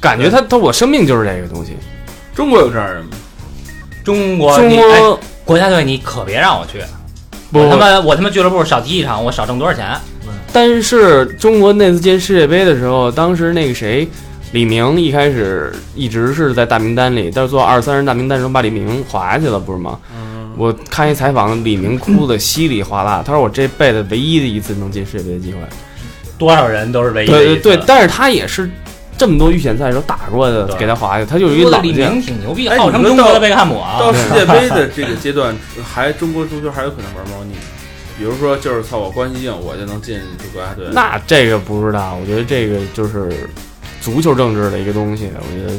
感觉他他我生命就是这个东西。中国有这样人吗？中国中你哎国国家队你可别让我去，我他不，妈我他妈俱乐部少踢一场我少挣多少钱？但是中国那次进世界杯的时候，当时那个谁，李明一开始一直是在大名单里，但是做二三人大名单的时候把李明划下去了，不是吗？嗯我看一采访，李明哭的稀里哗啦，他说我这辈子唯一的一次能进世界杯的机会。多少人都是唯一的对对一次对，但是他也是这么多预选赛的时候打过的，对给他划下去，他就是一中国老的李将。明挺牛逼，哎号称中国的贝克汉姆啊。到世界杯的这个阶段，还中国足球还有可能玩猫腻。比如说，就是操我关系硬，我就能进这国家队。那这个不知道，我觉得这个就是足球政治的一个东西，我觉得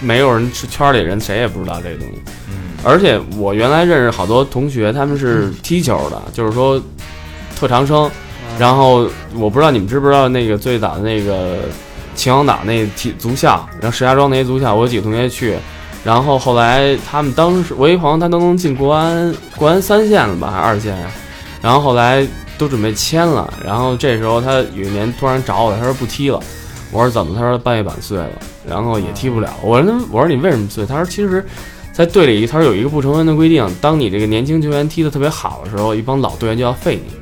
没有人圈里人谁也不知道这个东西。嗯而且我原来认识好多同学，他们是 *laughs* 踢球的，就是说特长生。然后我不知道你们知不知道那个最早的那个秦皇岛那体足校，然后石家庄那些足校，我有几个同学去。然后后来他们当时，我一朋友他都能进国安国安三线了吧，还是二线呀？然后后来都准备签了，然后这时候他有一年突然找我，他说不踢了。我说怎么？他说半月板碎了，然后也踢不了。我说那我说你为什么碎？他说其实在队里，他说有一个不成文的规定，当你这个年轻球员踢得特别好的时候，一帮老队员就要废你，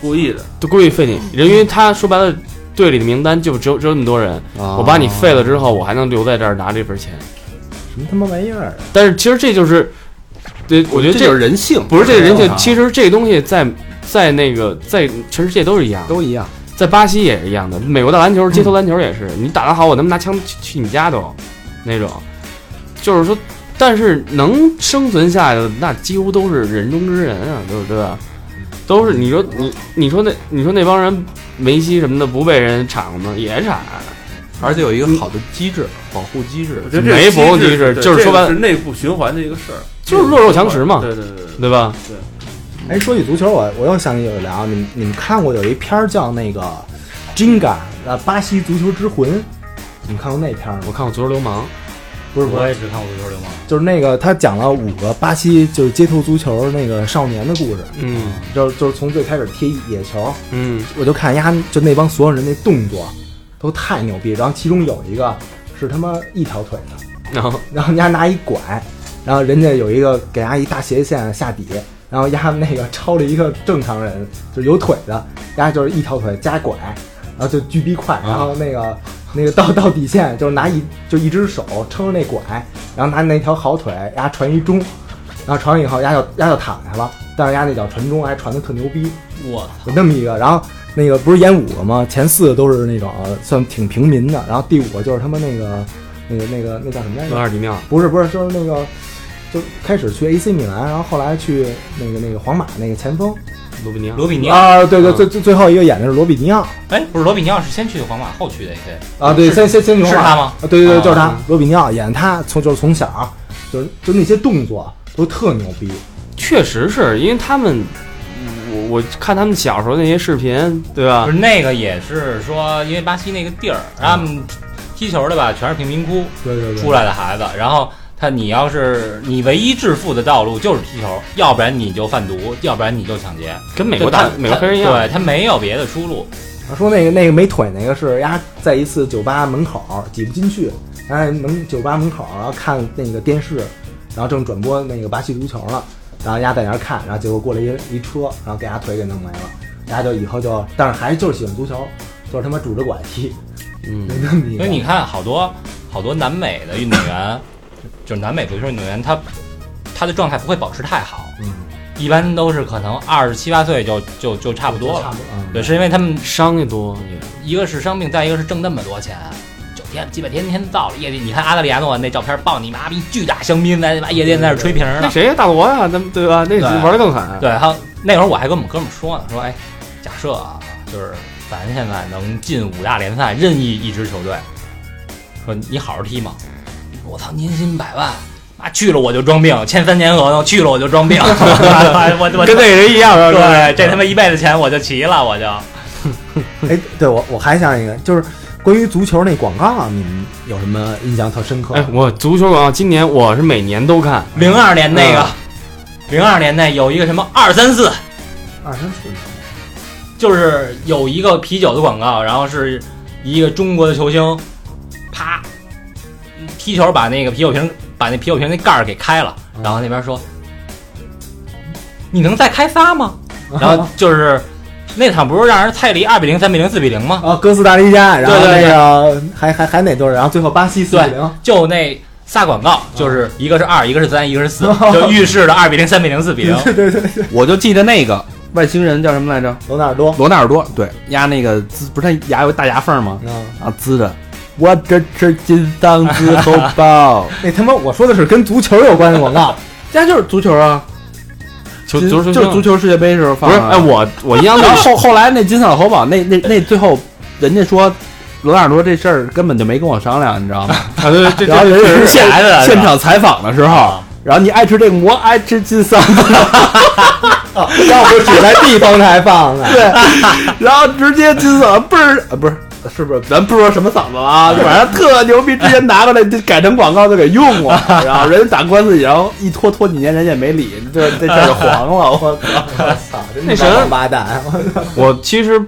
故意的，就故意废你。人因为他说白了，队里的名单就只有只有那么多人，哦我把你废了之后，我还能留在这儿拿这份钱。什么他妈玩意儿啊？但是其实这就是，对，我觉得这就这是人性，不是这个人性，啊其实这东西在在那个在全世界都是一样的，都一样。在巴西也是一样的，美国的篮球、街头嗯篮球也是，你打得好，我他妈拿枪去去你家都，那种，就是说，但是能生存下来的，那几乎都是人中之人啊，对不对啊？都是你说你你说那你说那帮人梅西什么的不被人铲过吗？也铲，而且有一个好的机制，保护机制我。觉得这个没服务机机制对就是这说个白了啊是内部循环的一个事儿，就是弱肉强食嘛对对对对，对吧？哎，说起足球，我我又想起有聊，你们你们看过有一片儿叫那个《Jenga》呃，巴西足球之魂，你们看过那片儿吗我？看过《足球流氓》，不是不是我，也只看过足球流氓，就是那个他讲了五个巴西就是街头足球那个少年的故事，嗯就是就是从最开始踢野球，嗯，我就看丫就那帮所有人那动作都太牛逼，然后其中有一个是他妈一条腿的，然后然后丫拿一拐，然后人家有一个给丫一大斜线下底，然后丫那个超了一个正常人，就是有腿的，丫就是一条腿加拐，然后就巨逼快，然后那个那个到到底线就是拿一就一只手撑着那拐，然后拿那条好腿丫传一中，然后传完以后丫就丫就躺下了，但是丫那脚传中还传的特牛逼，我有那么一个，然后那个不是演五个吗？前四个都是那种呃算挺平民的，然后第五个就是他们那个那个那个那叫什么来罗着？尔迪妙，不是不是，就是那个就开始去 AC 米兰，然后后来去那个那个皇马那个前锋罗布尼奥，罗比尼奥，啊，对对，最最最后一个演的是罗比尼奥哎，不是罗比尼奥是先去的皇马，后去的 AC，啊，对，先先先去皇是马他吗？啊，对对对，啊就是他，罗比尼奥演他从就是从小就是就那些动作都特牛逼，确实是因为他们，我我看他们小时候那些视频，对吧不？是那个也是说，因为巴西那个啊地儿，他们踢球的吧，全是贫民窟对对出来的孩子，然后他你要是你唯一致富的道路就是踢球，要不然你就贩毒，要不然你就抢劫。跟美美国大美国黑人一样，对他没有别的出路。说那个那个没腿那个是丫在一次酒吧门口挤不进去，然后门酒吧门口然后啊看那个电视，然后正转播那个巴西足球呢，然后丫在那儿看，然后结果过来一一车，然后给丫腿给弄没了，丫就以后就，但是还是就是喜欢足球，就是他妈拄着拐踢，嗯没，那么 *laughs* 一所个以你看，好多好多南美的运动员，就是南美足球运动员，他他的状态不会保持太好，嗯，一般都是可能二十七八岁就就就差不多差了。不多，嗯对，是因为他们伤的多也。一个是伤病，再一个是挣那么多钱，就天基本天天造了夜店。你看阿德里亚诺那照片，抱你妈逼巨大香槟，在他妈夜店在那儿吹瓶儿那呢。谁呀？大罗呀，咱们对吧？那对玩的更狠。对，还有那会儿我还跟我们哥们儿说呢，说哎，假设啊，就是咱现在能进五大联赛任意一支球队，说你好好踢嘛，我操，年薪百万。妈去了我就装病，签三年合同，去了我就装病， *laughs* 我我跟那人一样，对这他妈一辈子钱我就齐了，我就哎，对我我还想一个，就是关于足球那广告啊，你们有什么印象特深刻？哎，我足球广告今年我是每年都看，零二年那个，零二年那有一个什么二三四，二三四，就是有一个啤酒的广告，然后是一个中国的球星，啪，踢球把那个啤酒瓶把那啤酒瓶那盖儿给开了，嗯然后那边说，你能再开仨吗？ *laughs* 然后就是那场不是让人蔡迪二比零、三比零、四比零吗？啊，哥斯达黎加，然后对那对对个还还还哪队儿？然后最后巴西四比零，就那仨广告，嗯就是一个是二，一个 *laughs* 是三，一个是四，就预示着二比零、三比零、四比零。对对对，我就记得那个外星人叫什么来着？罗纳尔多，罗纳尔多，对，压那个滋，不是他牙有大牙缝吗？嗯，啊，滋着，我这吃金 *laughs* 当子喉包，那他妈我说的是跟足球有关的广告， *laughs* 这就是足球啊，球金足球就是足球世界杯时候放不的是？啊。哎，我我印象最然后深，后后来那金嗓子喉宝，那那那最后人家说罗纳尔多这事儿根本就没跟我商量，你知 *laughs* 道吗？啊对对然后人家现来的现场采访的时啊候，然后你爱吃这个，我爱吃金 *laughs* *laughs* 嗓子，哦要不只在地方台放的，对，然后直接金嗓倍儿啊不是。是不是咱不说什么嗓子了啊？反正特牛逼，之前拿过来就改成广告就给用过，然后人家打官司，然后一拖拖几年，人家也没理，这这事儿就黄了。我我操，真那他妈谁王八蛋， *laughs* 我其实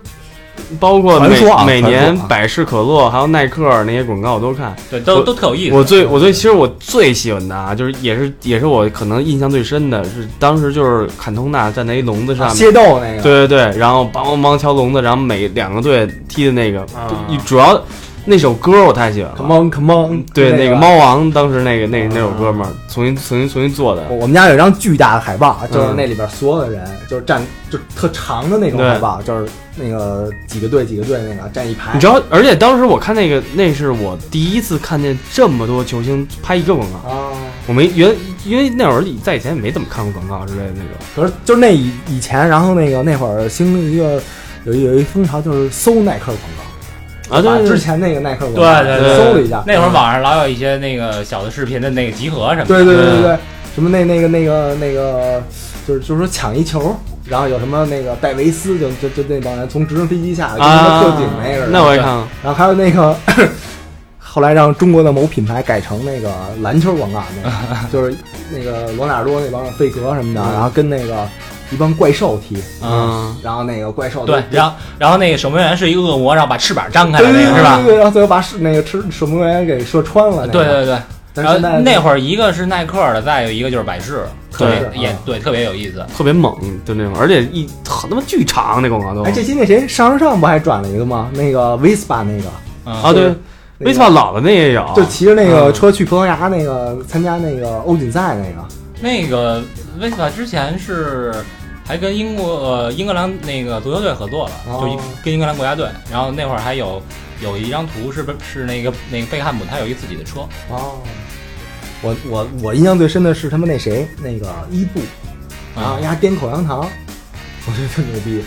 包括传每说啊每传年说啊百事可乐还有耐克那些广告我都看。对，都我都特有哎意思。我最我最其实我最喜欢的啊，就是也是也是我可能印象最深的是当时就是坎通纳站在一笼子上面。械斗那个，对对对，然后梆梆梆敲笼子，然后每两个队踢的那个，啊一主要那首歌我太喜欢了。 ，come on come on，对，那个吧猫王当时那个那那首歌嘛，重新重新重新做的。我我们家有一张巨大的海报，嗯就是那里边所有的人，就是站，就是特长的那种对海报，就是那个几个队几个队那个站一排。你知道，而且当时我看那个，那是我第一次看见这么多球星拍一个广告。啊？我没原，因为那会儿在以前也没怎么看过广告之类的那种。可是就是那以以前，然后那个那会儿兴一个有一有一风潮，就是搜耐克广告，啊，把对之对前那个耐克广告对对对搜了一下，嗯那会儿网上老有一些那个小的视频的那个集合什么的，对对对嗯对对，什么那那个那个那个，就是就是说抢一球，然后有什么那个戴维斯，就就就那帮人从直升飞机下来，对就跟他啊特警那个似的。，那我也看过。然后还有那个， *coughs* 后来让中国的某品牌改成那个篮球广告，那 *laughs* 个就是那个罗纳尔多那帮贝格什么嗯的，然后跟那个一帮怪兽踢，嗯，然后那个怪兽对，然后然后那个守门员是一恶魔，然后把翅膀张开对了，对对那个是对吧？对，然后最后把那个吃守门员给射穿了。那个对，对对。但然是现在后那会儿一个是耐克的，再有一个就是百事，特对别也啊对，特别有意思。特别猛，就那种，而且一好他妈巨长那广哦告都。哎，这期那谁上上上不还转了一个吗？那个 Vespa 那个，啊，啊对，那个威斯帕老的那也有。就骑着那个车去葡萄牙那个参加那个欧锦赛那个。那个 Vespa 之前是还跟英国呃英格兰那个足球队合作了，哦就一跟英格兰国家队。然后那会儿还有有一张图是是那个那个贝克汉姆他有一自己的车，哦，我我我印象最深的是他们那谁那个伊布。然后啊，丫颠口香糖，我觉得特牛逼。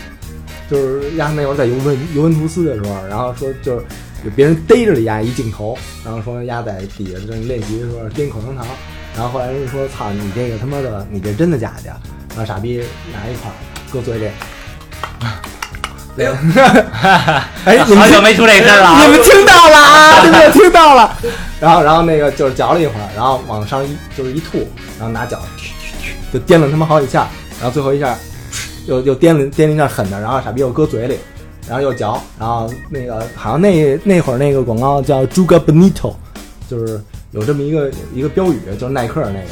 就是丫那会儿在尤文尤文图斯的时候，然后说就是有别人逮着了丫一镜头，然后说丫在底下正练习的时候颠口香糖，然后后来人家说操你这个他妈的你这真的假的呀？然后傻逼拿一块儿搁嘴里。 *laughs* 哎，哦 *laughs* 好久没出这事儿了。你们听到了 *laughs* 啊？你们听到了。然后，然后那个就是嚼了一会儿，然后往上一就是一吐，然后拿脚就颠了他妈好几下，然后最后一下又又颠了颠了一下狠的，然后傻逼又搁嘴里，然后又嚼，然后那个好像那那会儿那个广告叫 Juga Bonito，就是有这么一个一个标语，就是耐克那个。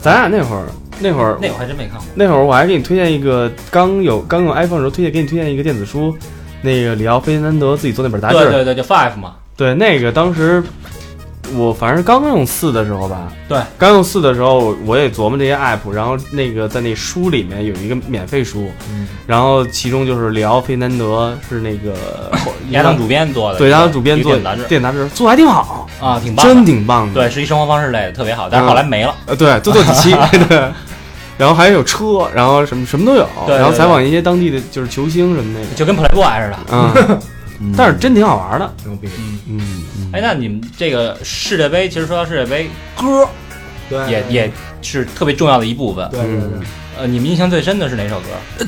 咱俩那会儿，那会儿那我还真没看过。那会儿我还给你推荐一个，刚有刚有 iPhone 的时候推荐给你推荐一个电子书，那个里奥费迪南德自己做那本杂志，对对对，就 Five 嘛，对那个当时我反正刚用四的时候吧，对，刚用四的时候我也琢磨这些 app，然后那个在那书里面有一个免费书，嗯然后其中就是里奥费迪南德是那个 *coughs* 嗯亚当主编做的，对，然后主编做杂志电子杂志做的还挺好，啊，挺棒的，真挺棒的，对，是一生活方式类的，特别好，但是后来没了。呃，对，多做几 *laughs* 期，对。然后还有车，然后什么什么都有，对对然后采访一些当地的就是球星什么那就跟 Playboy 似的。 *laughs* 个，嗯，但是真挺好玩的，牛逼！嗯，哎，那你们这个世界杯，其实说到世界杯，歌对，哎也也是特别重要的一部分。对对对。呃，你们印象最深的是哪首歌？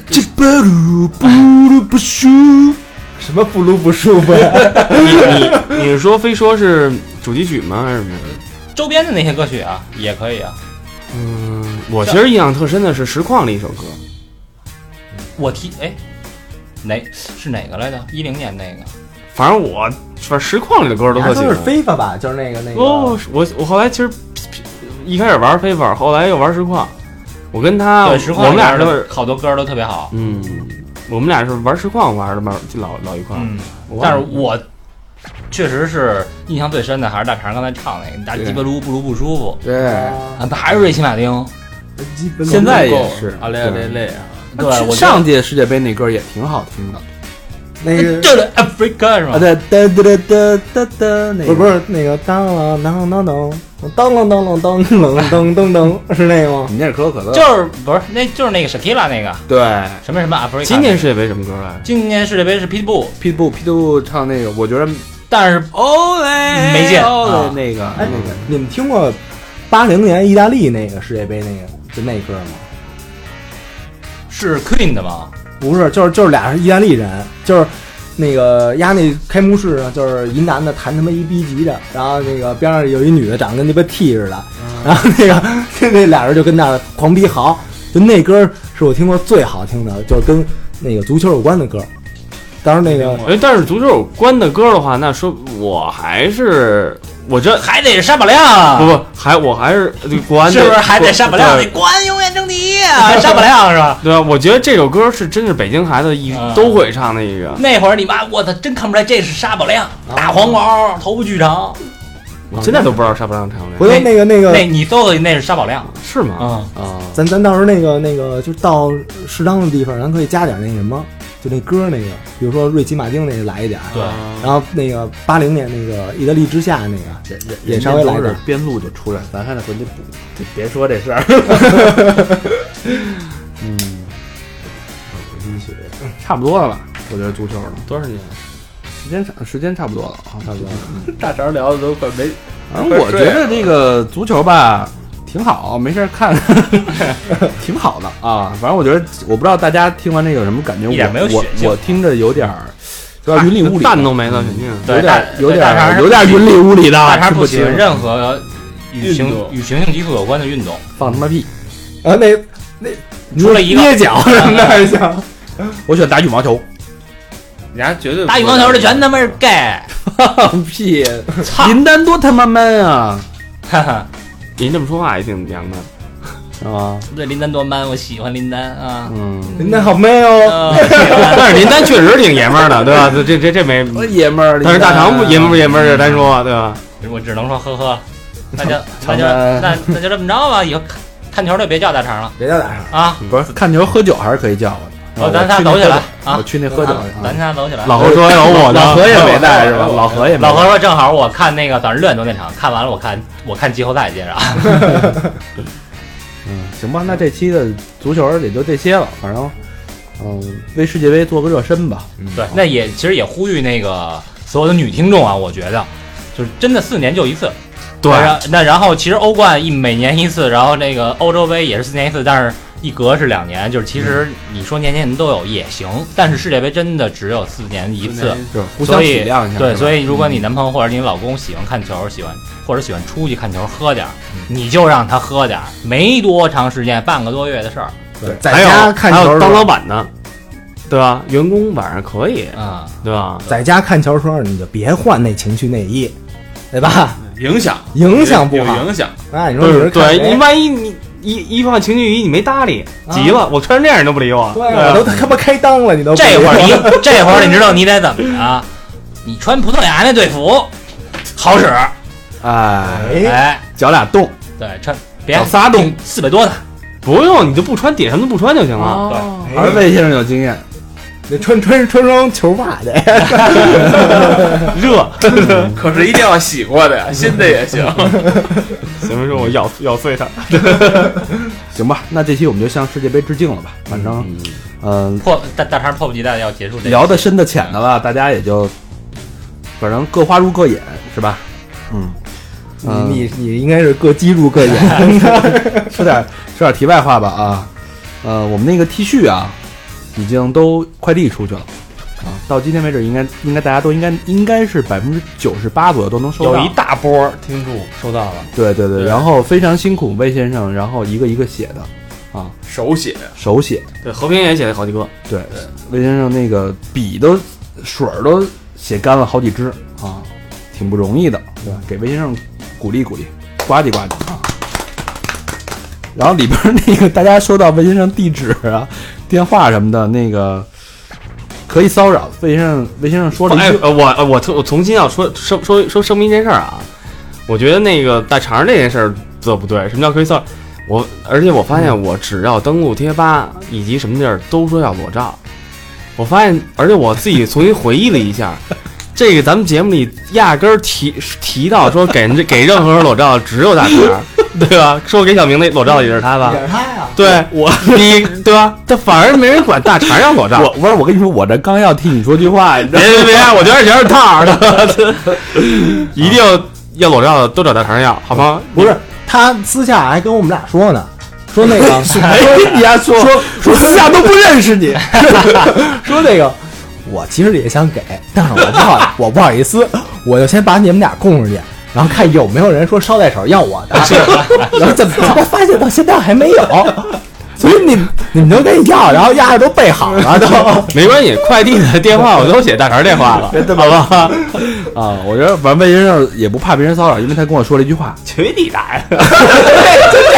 什么不撸不舒服呀？你你你是说非说是主题曲吗？还是什么？周边的那些歌曲啊，也可以啊。嗯，我其实印象特深的是实况的一首歌，我提哎，哪是哪个来着？一零年那个反正我反正实况里的歌都特还喜哎都啊是欢。非法吧？就是那个那个。哦，我我后来其实一开始玩非法，后来又玩实况，我跟他对，实我况们里俩边都的是，好多歌都特别好。嗯，我们俩是玩实况玩的嘛，老老一块儿。嗯，我忘但了是我确实是印象最深的还是大肠刚才唱那个“大鸡巴撸不撸不舒服对，”，啊，还是瑞奇马丁。现在也是嗯啊嘞啊嘞嘞啊！对，我觉得上届世界杯那歌也挺好听的那个这是 Africa 是啊，吗？对，哒哒哒哒哒，那不是个不是那个当啷当啷当当啷当啷当啷当当当是那个吗？你那是可口可乐，就是不是那就是那个 Shakira 那个对什么什么 Africa。今年世界杯什么歌来着？今年世界杯是 Pitbull， ，P 不 P 不唱那个，我觉得但是哦嘞没劲哦啊嘞那个哎，你们听过八零年意大利那个世界杯那个就那歌吗？是 Queen 的吗？不是，就是就是俩意大利人，就是那个压那开幕式上就是一男的弹他妈一逼急的，然后那个边上有一女的长得跟那个 T 似的，嗯然后那个那俩人就跟那儿狂逼嚎，就那歌是我听过最好听的，就是跟那个足球有关的歌。当时那个哎，但是足球有关的歌的话，那说我还是我 *laughs* 这还得是沙宝亮不啊，不还我还是这国安是队不是还得沙宝亮？那对冠永远争第一啊， *laughs* 沙宝亮是吧？对啊，我觉得这首歌是真是北京孩子一啊都会唱的一个。那会儿你妈，我操，真看不出来这是沙宝亮，啊大黄毛，头发巨长。我现在都不知道沙不亮唱回的，头那个那个那你搜搜，那是沙宝亮是吗？啊。啊，咱咱到时候那个那个，就到适当的地方，咱可以加点那什么，就那歌那个，比如说瑞奇马丁那个来一点儿，对，然后那个八零年那个意大利之下那个，人也稍微来都点是边录就出来，咱还得回去补，这别说这事儿，嗯，差不多了吧？我觉得足球呢，多少年？时间差时间差不多了啊，差不多了。大肠聊的都快没反正我觉得这个足球吧挺好，没事儿看， *laughs* 挺好的啊。反正我觉得，我不知道大家听完这有什么感觉，一点没有我血性我我听着有点儿有啊点云里雾里的，嗯蛋都没了，肯定。有对，点大有对点大肠儿是有点儿云里雾里的，啊大肠吃不不喜欢清任何与运行动与行性激素有关的运动，放他妈屁！然后呃那除了一个捏脚什么的，像我喜欢打羽毛球，你家绝对不会打羽毛球的全他妈是 gay， *laughs* 放屁！操！ *laughs* 林丹多他妈 man 啊，哈哈，您这么说话也挺娘的。是吧？对林丹多 man，我喜欢林丹啊。 *laughs* 嗯，那好 man 哦，嗯啊但是林丹确实挺爷们儿的，对吧？这这这这没。多爷们儿！嗯啊但是大肠不爷们儿不爷爷们儿，这单说对吧？我只能说呵呵，那就那长就安那那就这么着吧，以后看看球就别叫大肠了别叫打上，啊，不是看球喝酒还是可以叫我的。咱仨去那走起喝来酒啊我，去那喝酒去啊。咱仨走起来。老何说有我的，老何也没带是吧？老何也没带老何说正好我看那个早上六点多那场，看完了我看我看季后赛接着啊，嗯，行吧，那这期的足球也就这些了，反正，嗯，为世界杯做个热身吧。对，那也其实也呼吁那个所有的女听众啊，我觉得就是真的四年就一次，对啊啊那然那然后其实欧冠一每年一次，然后那个欧洲杯也是四年一次，但是一隔是两年，就是其实你说年年你都有也行，但是世界杯真的只有四年一次，就是互相所以体谅一下。嗯对，所以以如果你男朋友或者你老公喜欢看球，喜欢或者喜欢出去看球喝点儿，嗯你就让他喝点儿，没多长时间，半个多月的事儿在还有家看还球有的时当老候，板的，对吧？员工晚上可以，嗯啊。对吧？在家看球的时候，你就别换那情趣内衣，对吧？影响影响不有好。影响。那你说你对是看哎谁对，你万一你一一放情趣衣你没搭理，急了，我穿成这样你都不理我，对啊，我都他妈开裆了，你都不这会儿 *laughs* 你这会儿你知道你得怎么着？你穿葡萄牙那队服好使，哎，哎，哎，脚俩洞，对，穿别脚仨洞。四百多的，不用你就不穿，底下什么都不穿就行哦了。还是魏先生有经验，你穿穿穿双球袜去，热，可是一定要洗过 *laughs* 的呀，新的也行。什么时候我咬咬碎它？行吧？那这期我们就向世界杯致敬了吧。反正，嗯，迫大大肠迫不及待的要结束这个。聊的深的浅的了，大家也就，反正各花入各眼，是吧？嗯，嗯你你你应该是各击入各眼， *laughs* 说点说点题外话吧啊，呃，我们那个 T 恤啊，已经都快递出去了啊，到今天为止应该应该大家都应该应该是百分之九十八左右都能收有到。一大波听众收到了，对对对，对然后非常辛苦魏先生，然后一个一个写的手写手写，对，和平也写了好几个，对魏先生那个笔都水儿都写干了好几支啊，挺不容易的，对吧？给魏先生鼓励鼓励，呱唧呱唧啊。然后里边儿那个大家收到魏先生地址啊、电话什么的，那个可以骚扰魏先生。魏先生说了哎一句，，呃我呃我特我重新要说说说说声明一件事儿啊，我觉得那个大肠这件事儿做不对。什么叫可以算？我而且我发现，我只要登录贴吧以及什么地儿都说要裸照，我发现，而且我自己重新回忆了一下，这个咱们节目里压根儿提提到说给人给任何人裸照，只有大肠，对吧？说给小明那裸照也是他吧？啊是他呀，对我，你对吧？但反而没人管大肠要裸照，我不是我跟你说，我这刚要替你说句话，你知道别 *laughs* 别别，我觉得全是套的， *laughs* 一定要要裸照的都找大肠要，好吗？不是他私下还跟我们俩说呢，说那 *laughs* 个 *laughs* 吗？你丫说说说私下都不认识 *laughs* 你，说那个我其实也想给，但是我不好我不好意思，我就先把你们俩供出去。然后看有没有人说捎带手要我的，然后怎么怎么发现到现在还没有， *laughs* 所以你你们都跟你要，然后丫的都备好了都，没关系，快递的电话我都写大肠电话了， *laughs* 对吧？啊，我觉得反正魏先生也不怕别人骚扰，因为他跟我说了一句话，随你来。 *laughs*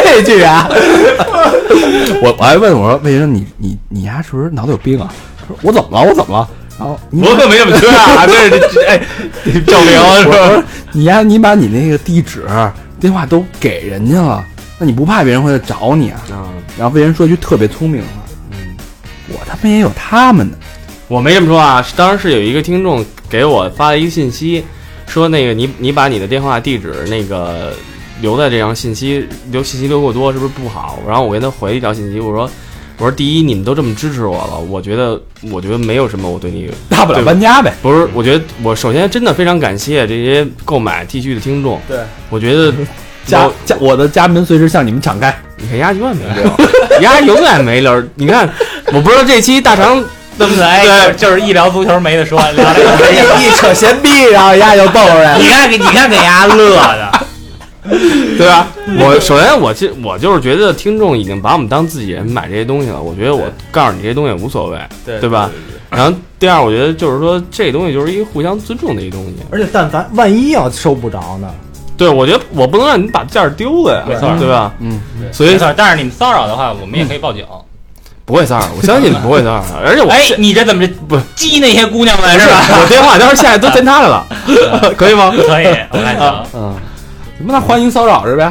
这句啊， *laughs* 我我还问我说魏先生你你你丫是不是脑子有病啊？他说我怎么了？我怎么了？然后你 *laughs* 我可没这么缺 *laughs* 啊，这是这哎，赵 *laughs* 明是 *laughs* 我吧？说你丫你把你那个地址电话都给人家了，那你不怕别人会来找你啊？然后魏先生说一句特别聪明的话，嗯，我他妈也有他们的，我没这么说啊，当时是有一个听众给我发了一个信息，说那个你你把你的电话地址那个留在这条信息留信息留过多是不是不好？然后我跟他回了一条信息，我说我说第一你们都这么支持我了，我觉得我觉得没有什么我对你大不了对搬家呗。不是，我觉得我首先真的非常感谢这些购买 T 恤的听众。对，我觉得家我家我的家门随时向你们敞开。你看丫永远没溜， *laughs* 丫永远没溜。你看，我不知道这期大肠对不对？哎就是就是一聊足球没得说，聊这 *laughs* 个一一扯闲逼，然后丫就蹦出来了。你看给你看给丫乐的， *laughs* 对吧？我首先我这我就是觉得听众已经把我们当自己人买这些东西了。我觉得我对告诉你这些东西也无所谓。对对吧？然后第二，我觉得就是说这东西就是一个互相尊重的一东西。而且但凡万一要收不着呢，对，我觉得我不能让你把价儿丢了呀，没错对吧？嗯，所以但是你们骚扰的话，我们也可以报警。不会三儿，我相信你不会三儿。而且我 *laughs* 哎，你这怎么着不激那些姑娘们是吧？ *laughs* 我电话当时现在都侦他来了，可以吗？ *laughs* 可以，我看行。嗯，什么那欢迎骚扰是呗，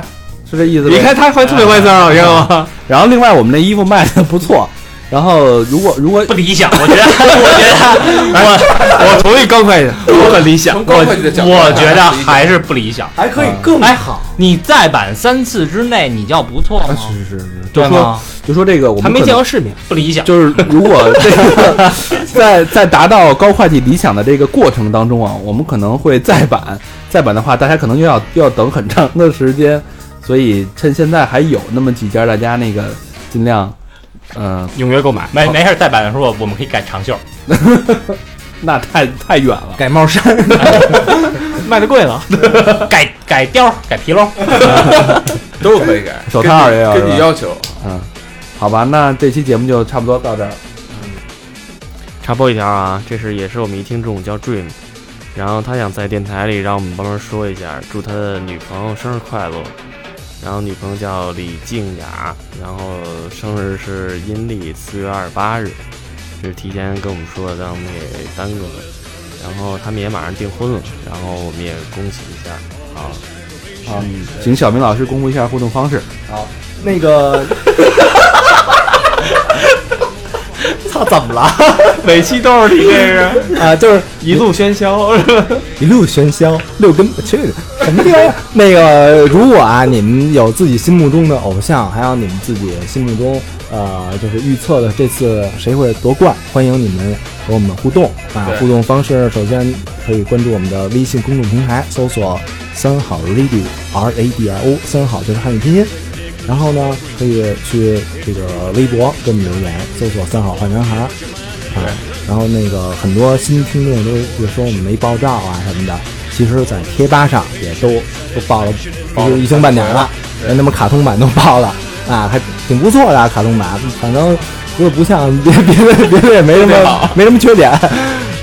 是这意思呗。嗯你看他还特别会骚扰，你知道吗？然后另外我们那衣服卖的不错，然后如果如果不理想，我觉得， *laughs* 我觉得，我同意高会计，啊我很理想。高会计的角我度来我看觉得理想还是不理想。还可以更嗯哎好。你再版三次之内，你叫不错吗？是是是，就啊对说吗？就说这个我们还没可能见过世面，不理想，就是如果这个 *laughs* 在在达到高会计理想的这个过程当中啊，我们可能会再版，再版的话，大家可能又要又要等很长的时间，所以趁现在还有那么几家，大家那个尽量呃嗯，踊跃购买。没没事，再版的时候我们可以改长袖，那太太远了。改帽衫，卖的贵了，改改貂，改皮褛。都可以改，手套也有根是据吧要求。好吧，那这期节目就差不多到这儿。插播一条啊，这是也是我们一听众叫 Dream，然后他想在电台里让我们帮忙说一下，祝他的女朋友生日快乐。然后女朋友叫李静雅，然后生日是阴历四月二十八日，这是提前跟我们说的，让我们给耽搁了。然后他们也马上订婚了，然后我们也恭喜一下。啊 *laughs* 好，请小明老师公布一下互动方式。那 *laughs* 个操，怎么了？每期都是你这 *laughs* *laughs* 个啊，就是一路喧嚣，一路喧嚣，六根去什么地方？那个，如果啊，你们有自己心目中的偶像，还有你们自己心目中呃，就是预测的这次谁会夺冠，欢迎你们和我们互动啊！对互动方式首先可以关注我们的微信公众平台，搜索“三好 radio r a d i o”，三好就是汉语拼音。然后呢，可以去这个微博给我们留言，搜索“三好坏男孩”。啊，然后那个很多新听众都也说我们没爆照啊什么的，其实，在贴吧上也都都爆了，就是一星半点了，连他妈卡通版都爆了啊，还挺不错的啊、卡通版，反正不是不像别别的别的也没什么没什么缺点。 *laughs*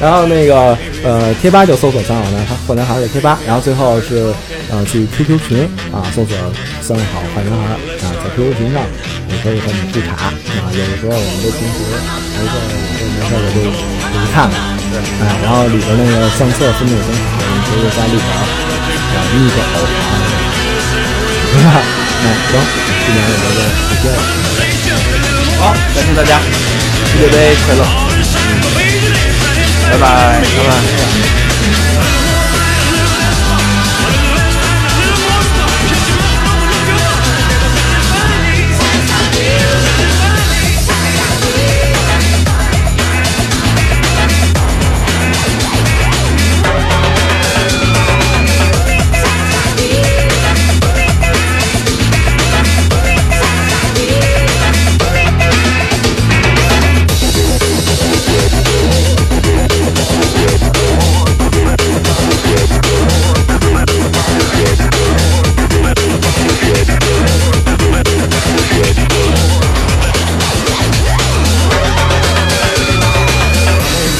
然后那个呃，贴吧就搜索三好男孩坏男孩的贴吧，然后最后是呃去 QQ 群啊，搜索三好坏男孩啊，在 QQ 群上也可以和我们互卡啊，有的时候我们都平时没事儿没事儿我就我就看看，哎、然后里边那个相册分的也挺好，我们直接在里边儿啊一手啊， *laughs* 哎行，今天我们就不接了。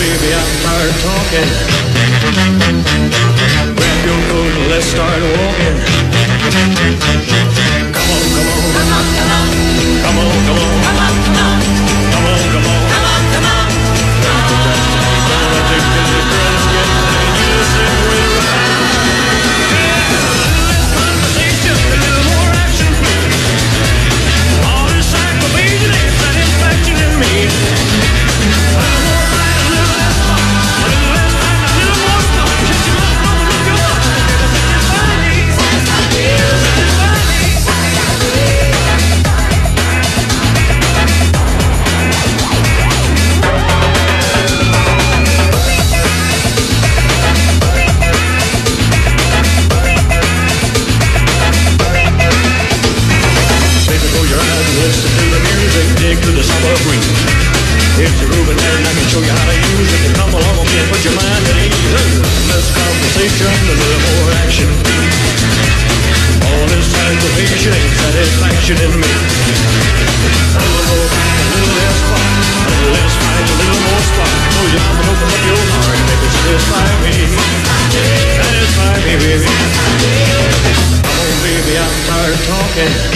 baby, I'm tired of talking. Grab your coat and let's start walking. Come on, come on. Come on, come on. Come on, come on. Come on, come on. Come on, come on. Conversation, a little more action, please. All this activation and satisfaction in me. Baby, close your eyes and listen to the music. Dig to the summer breeze. If you're moving there, and I can show you how to use it. Come along with me and put your mind at ease. Less conversation, a little more action. All this satisfaction ain't satisfaction in me. A little more back, a little less fun. A little less fight, a little more spark. Close your eyes and open up your heart. Baby, satisfy me. Satisfy me, baby. Come on, baby, I'm tired of talking.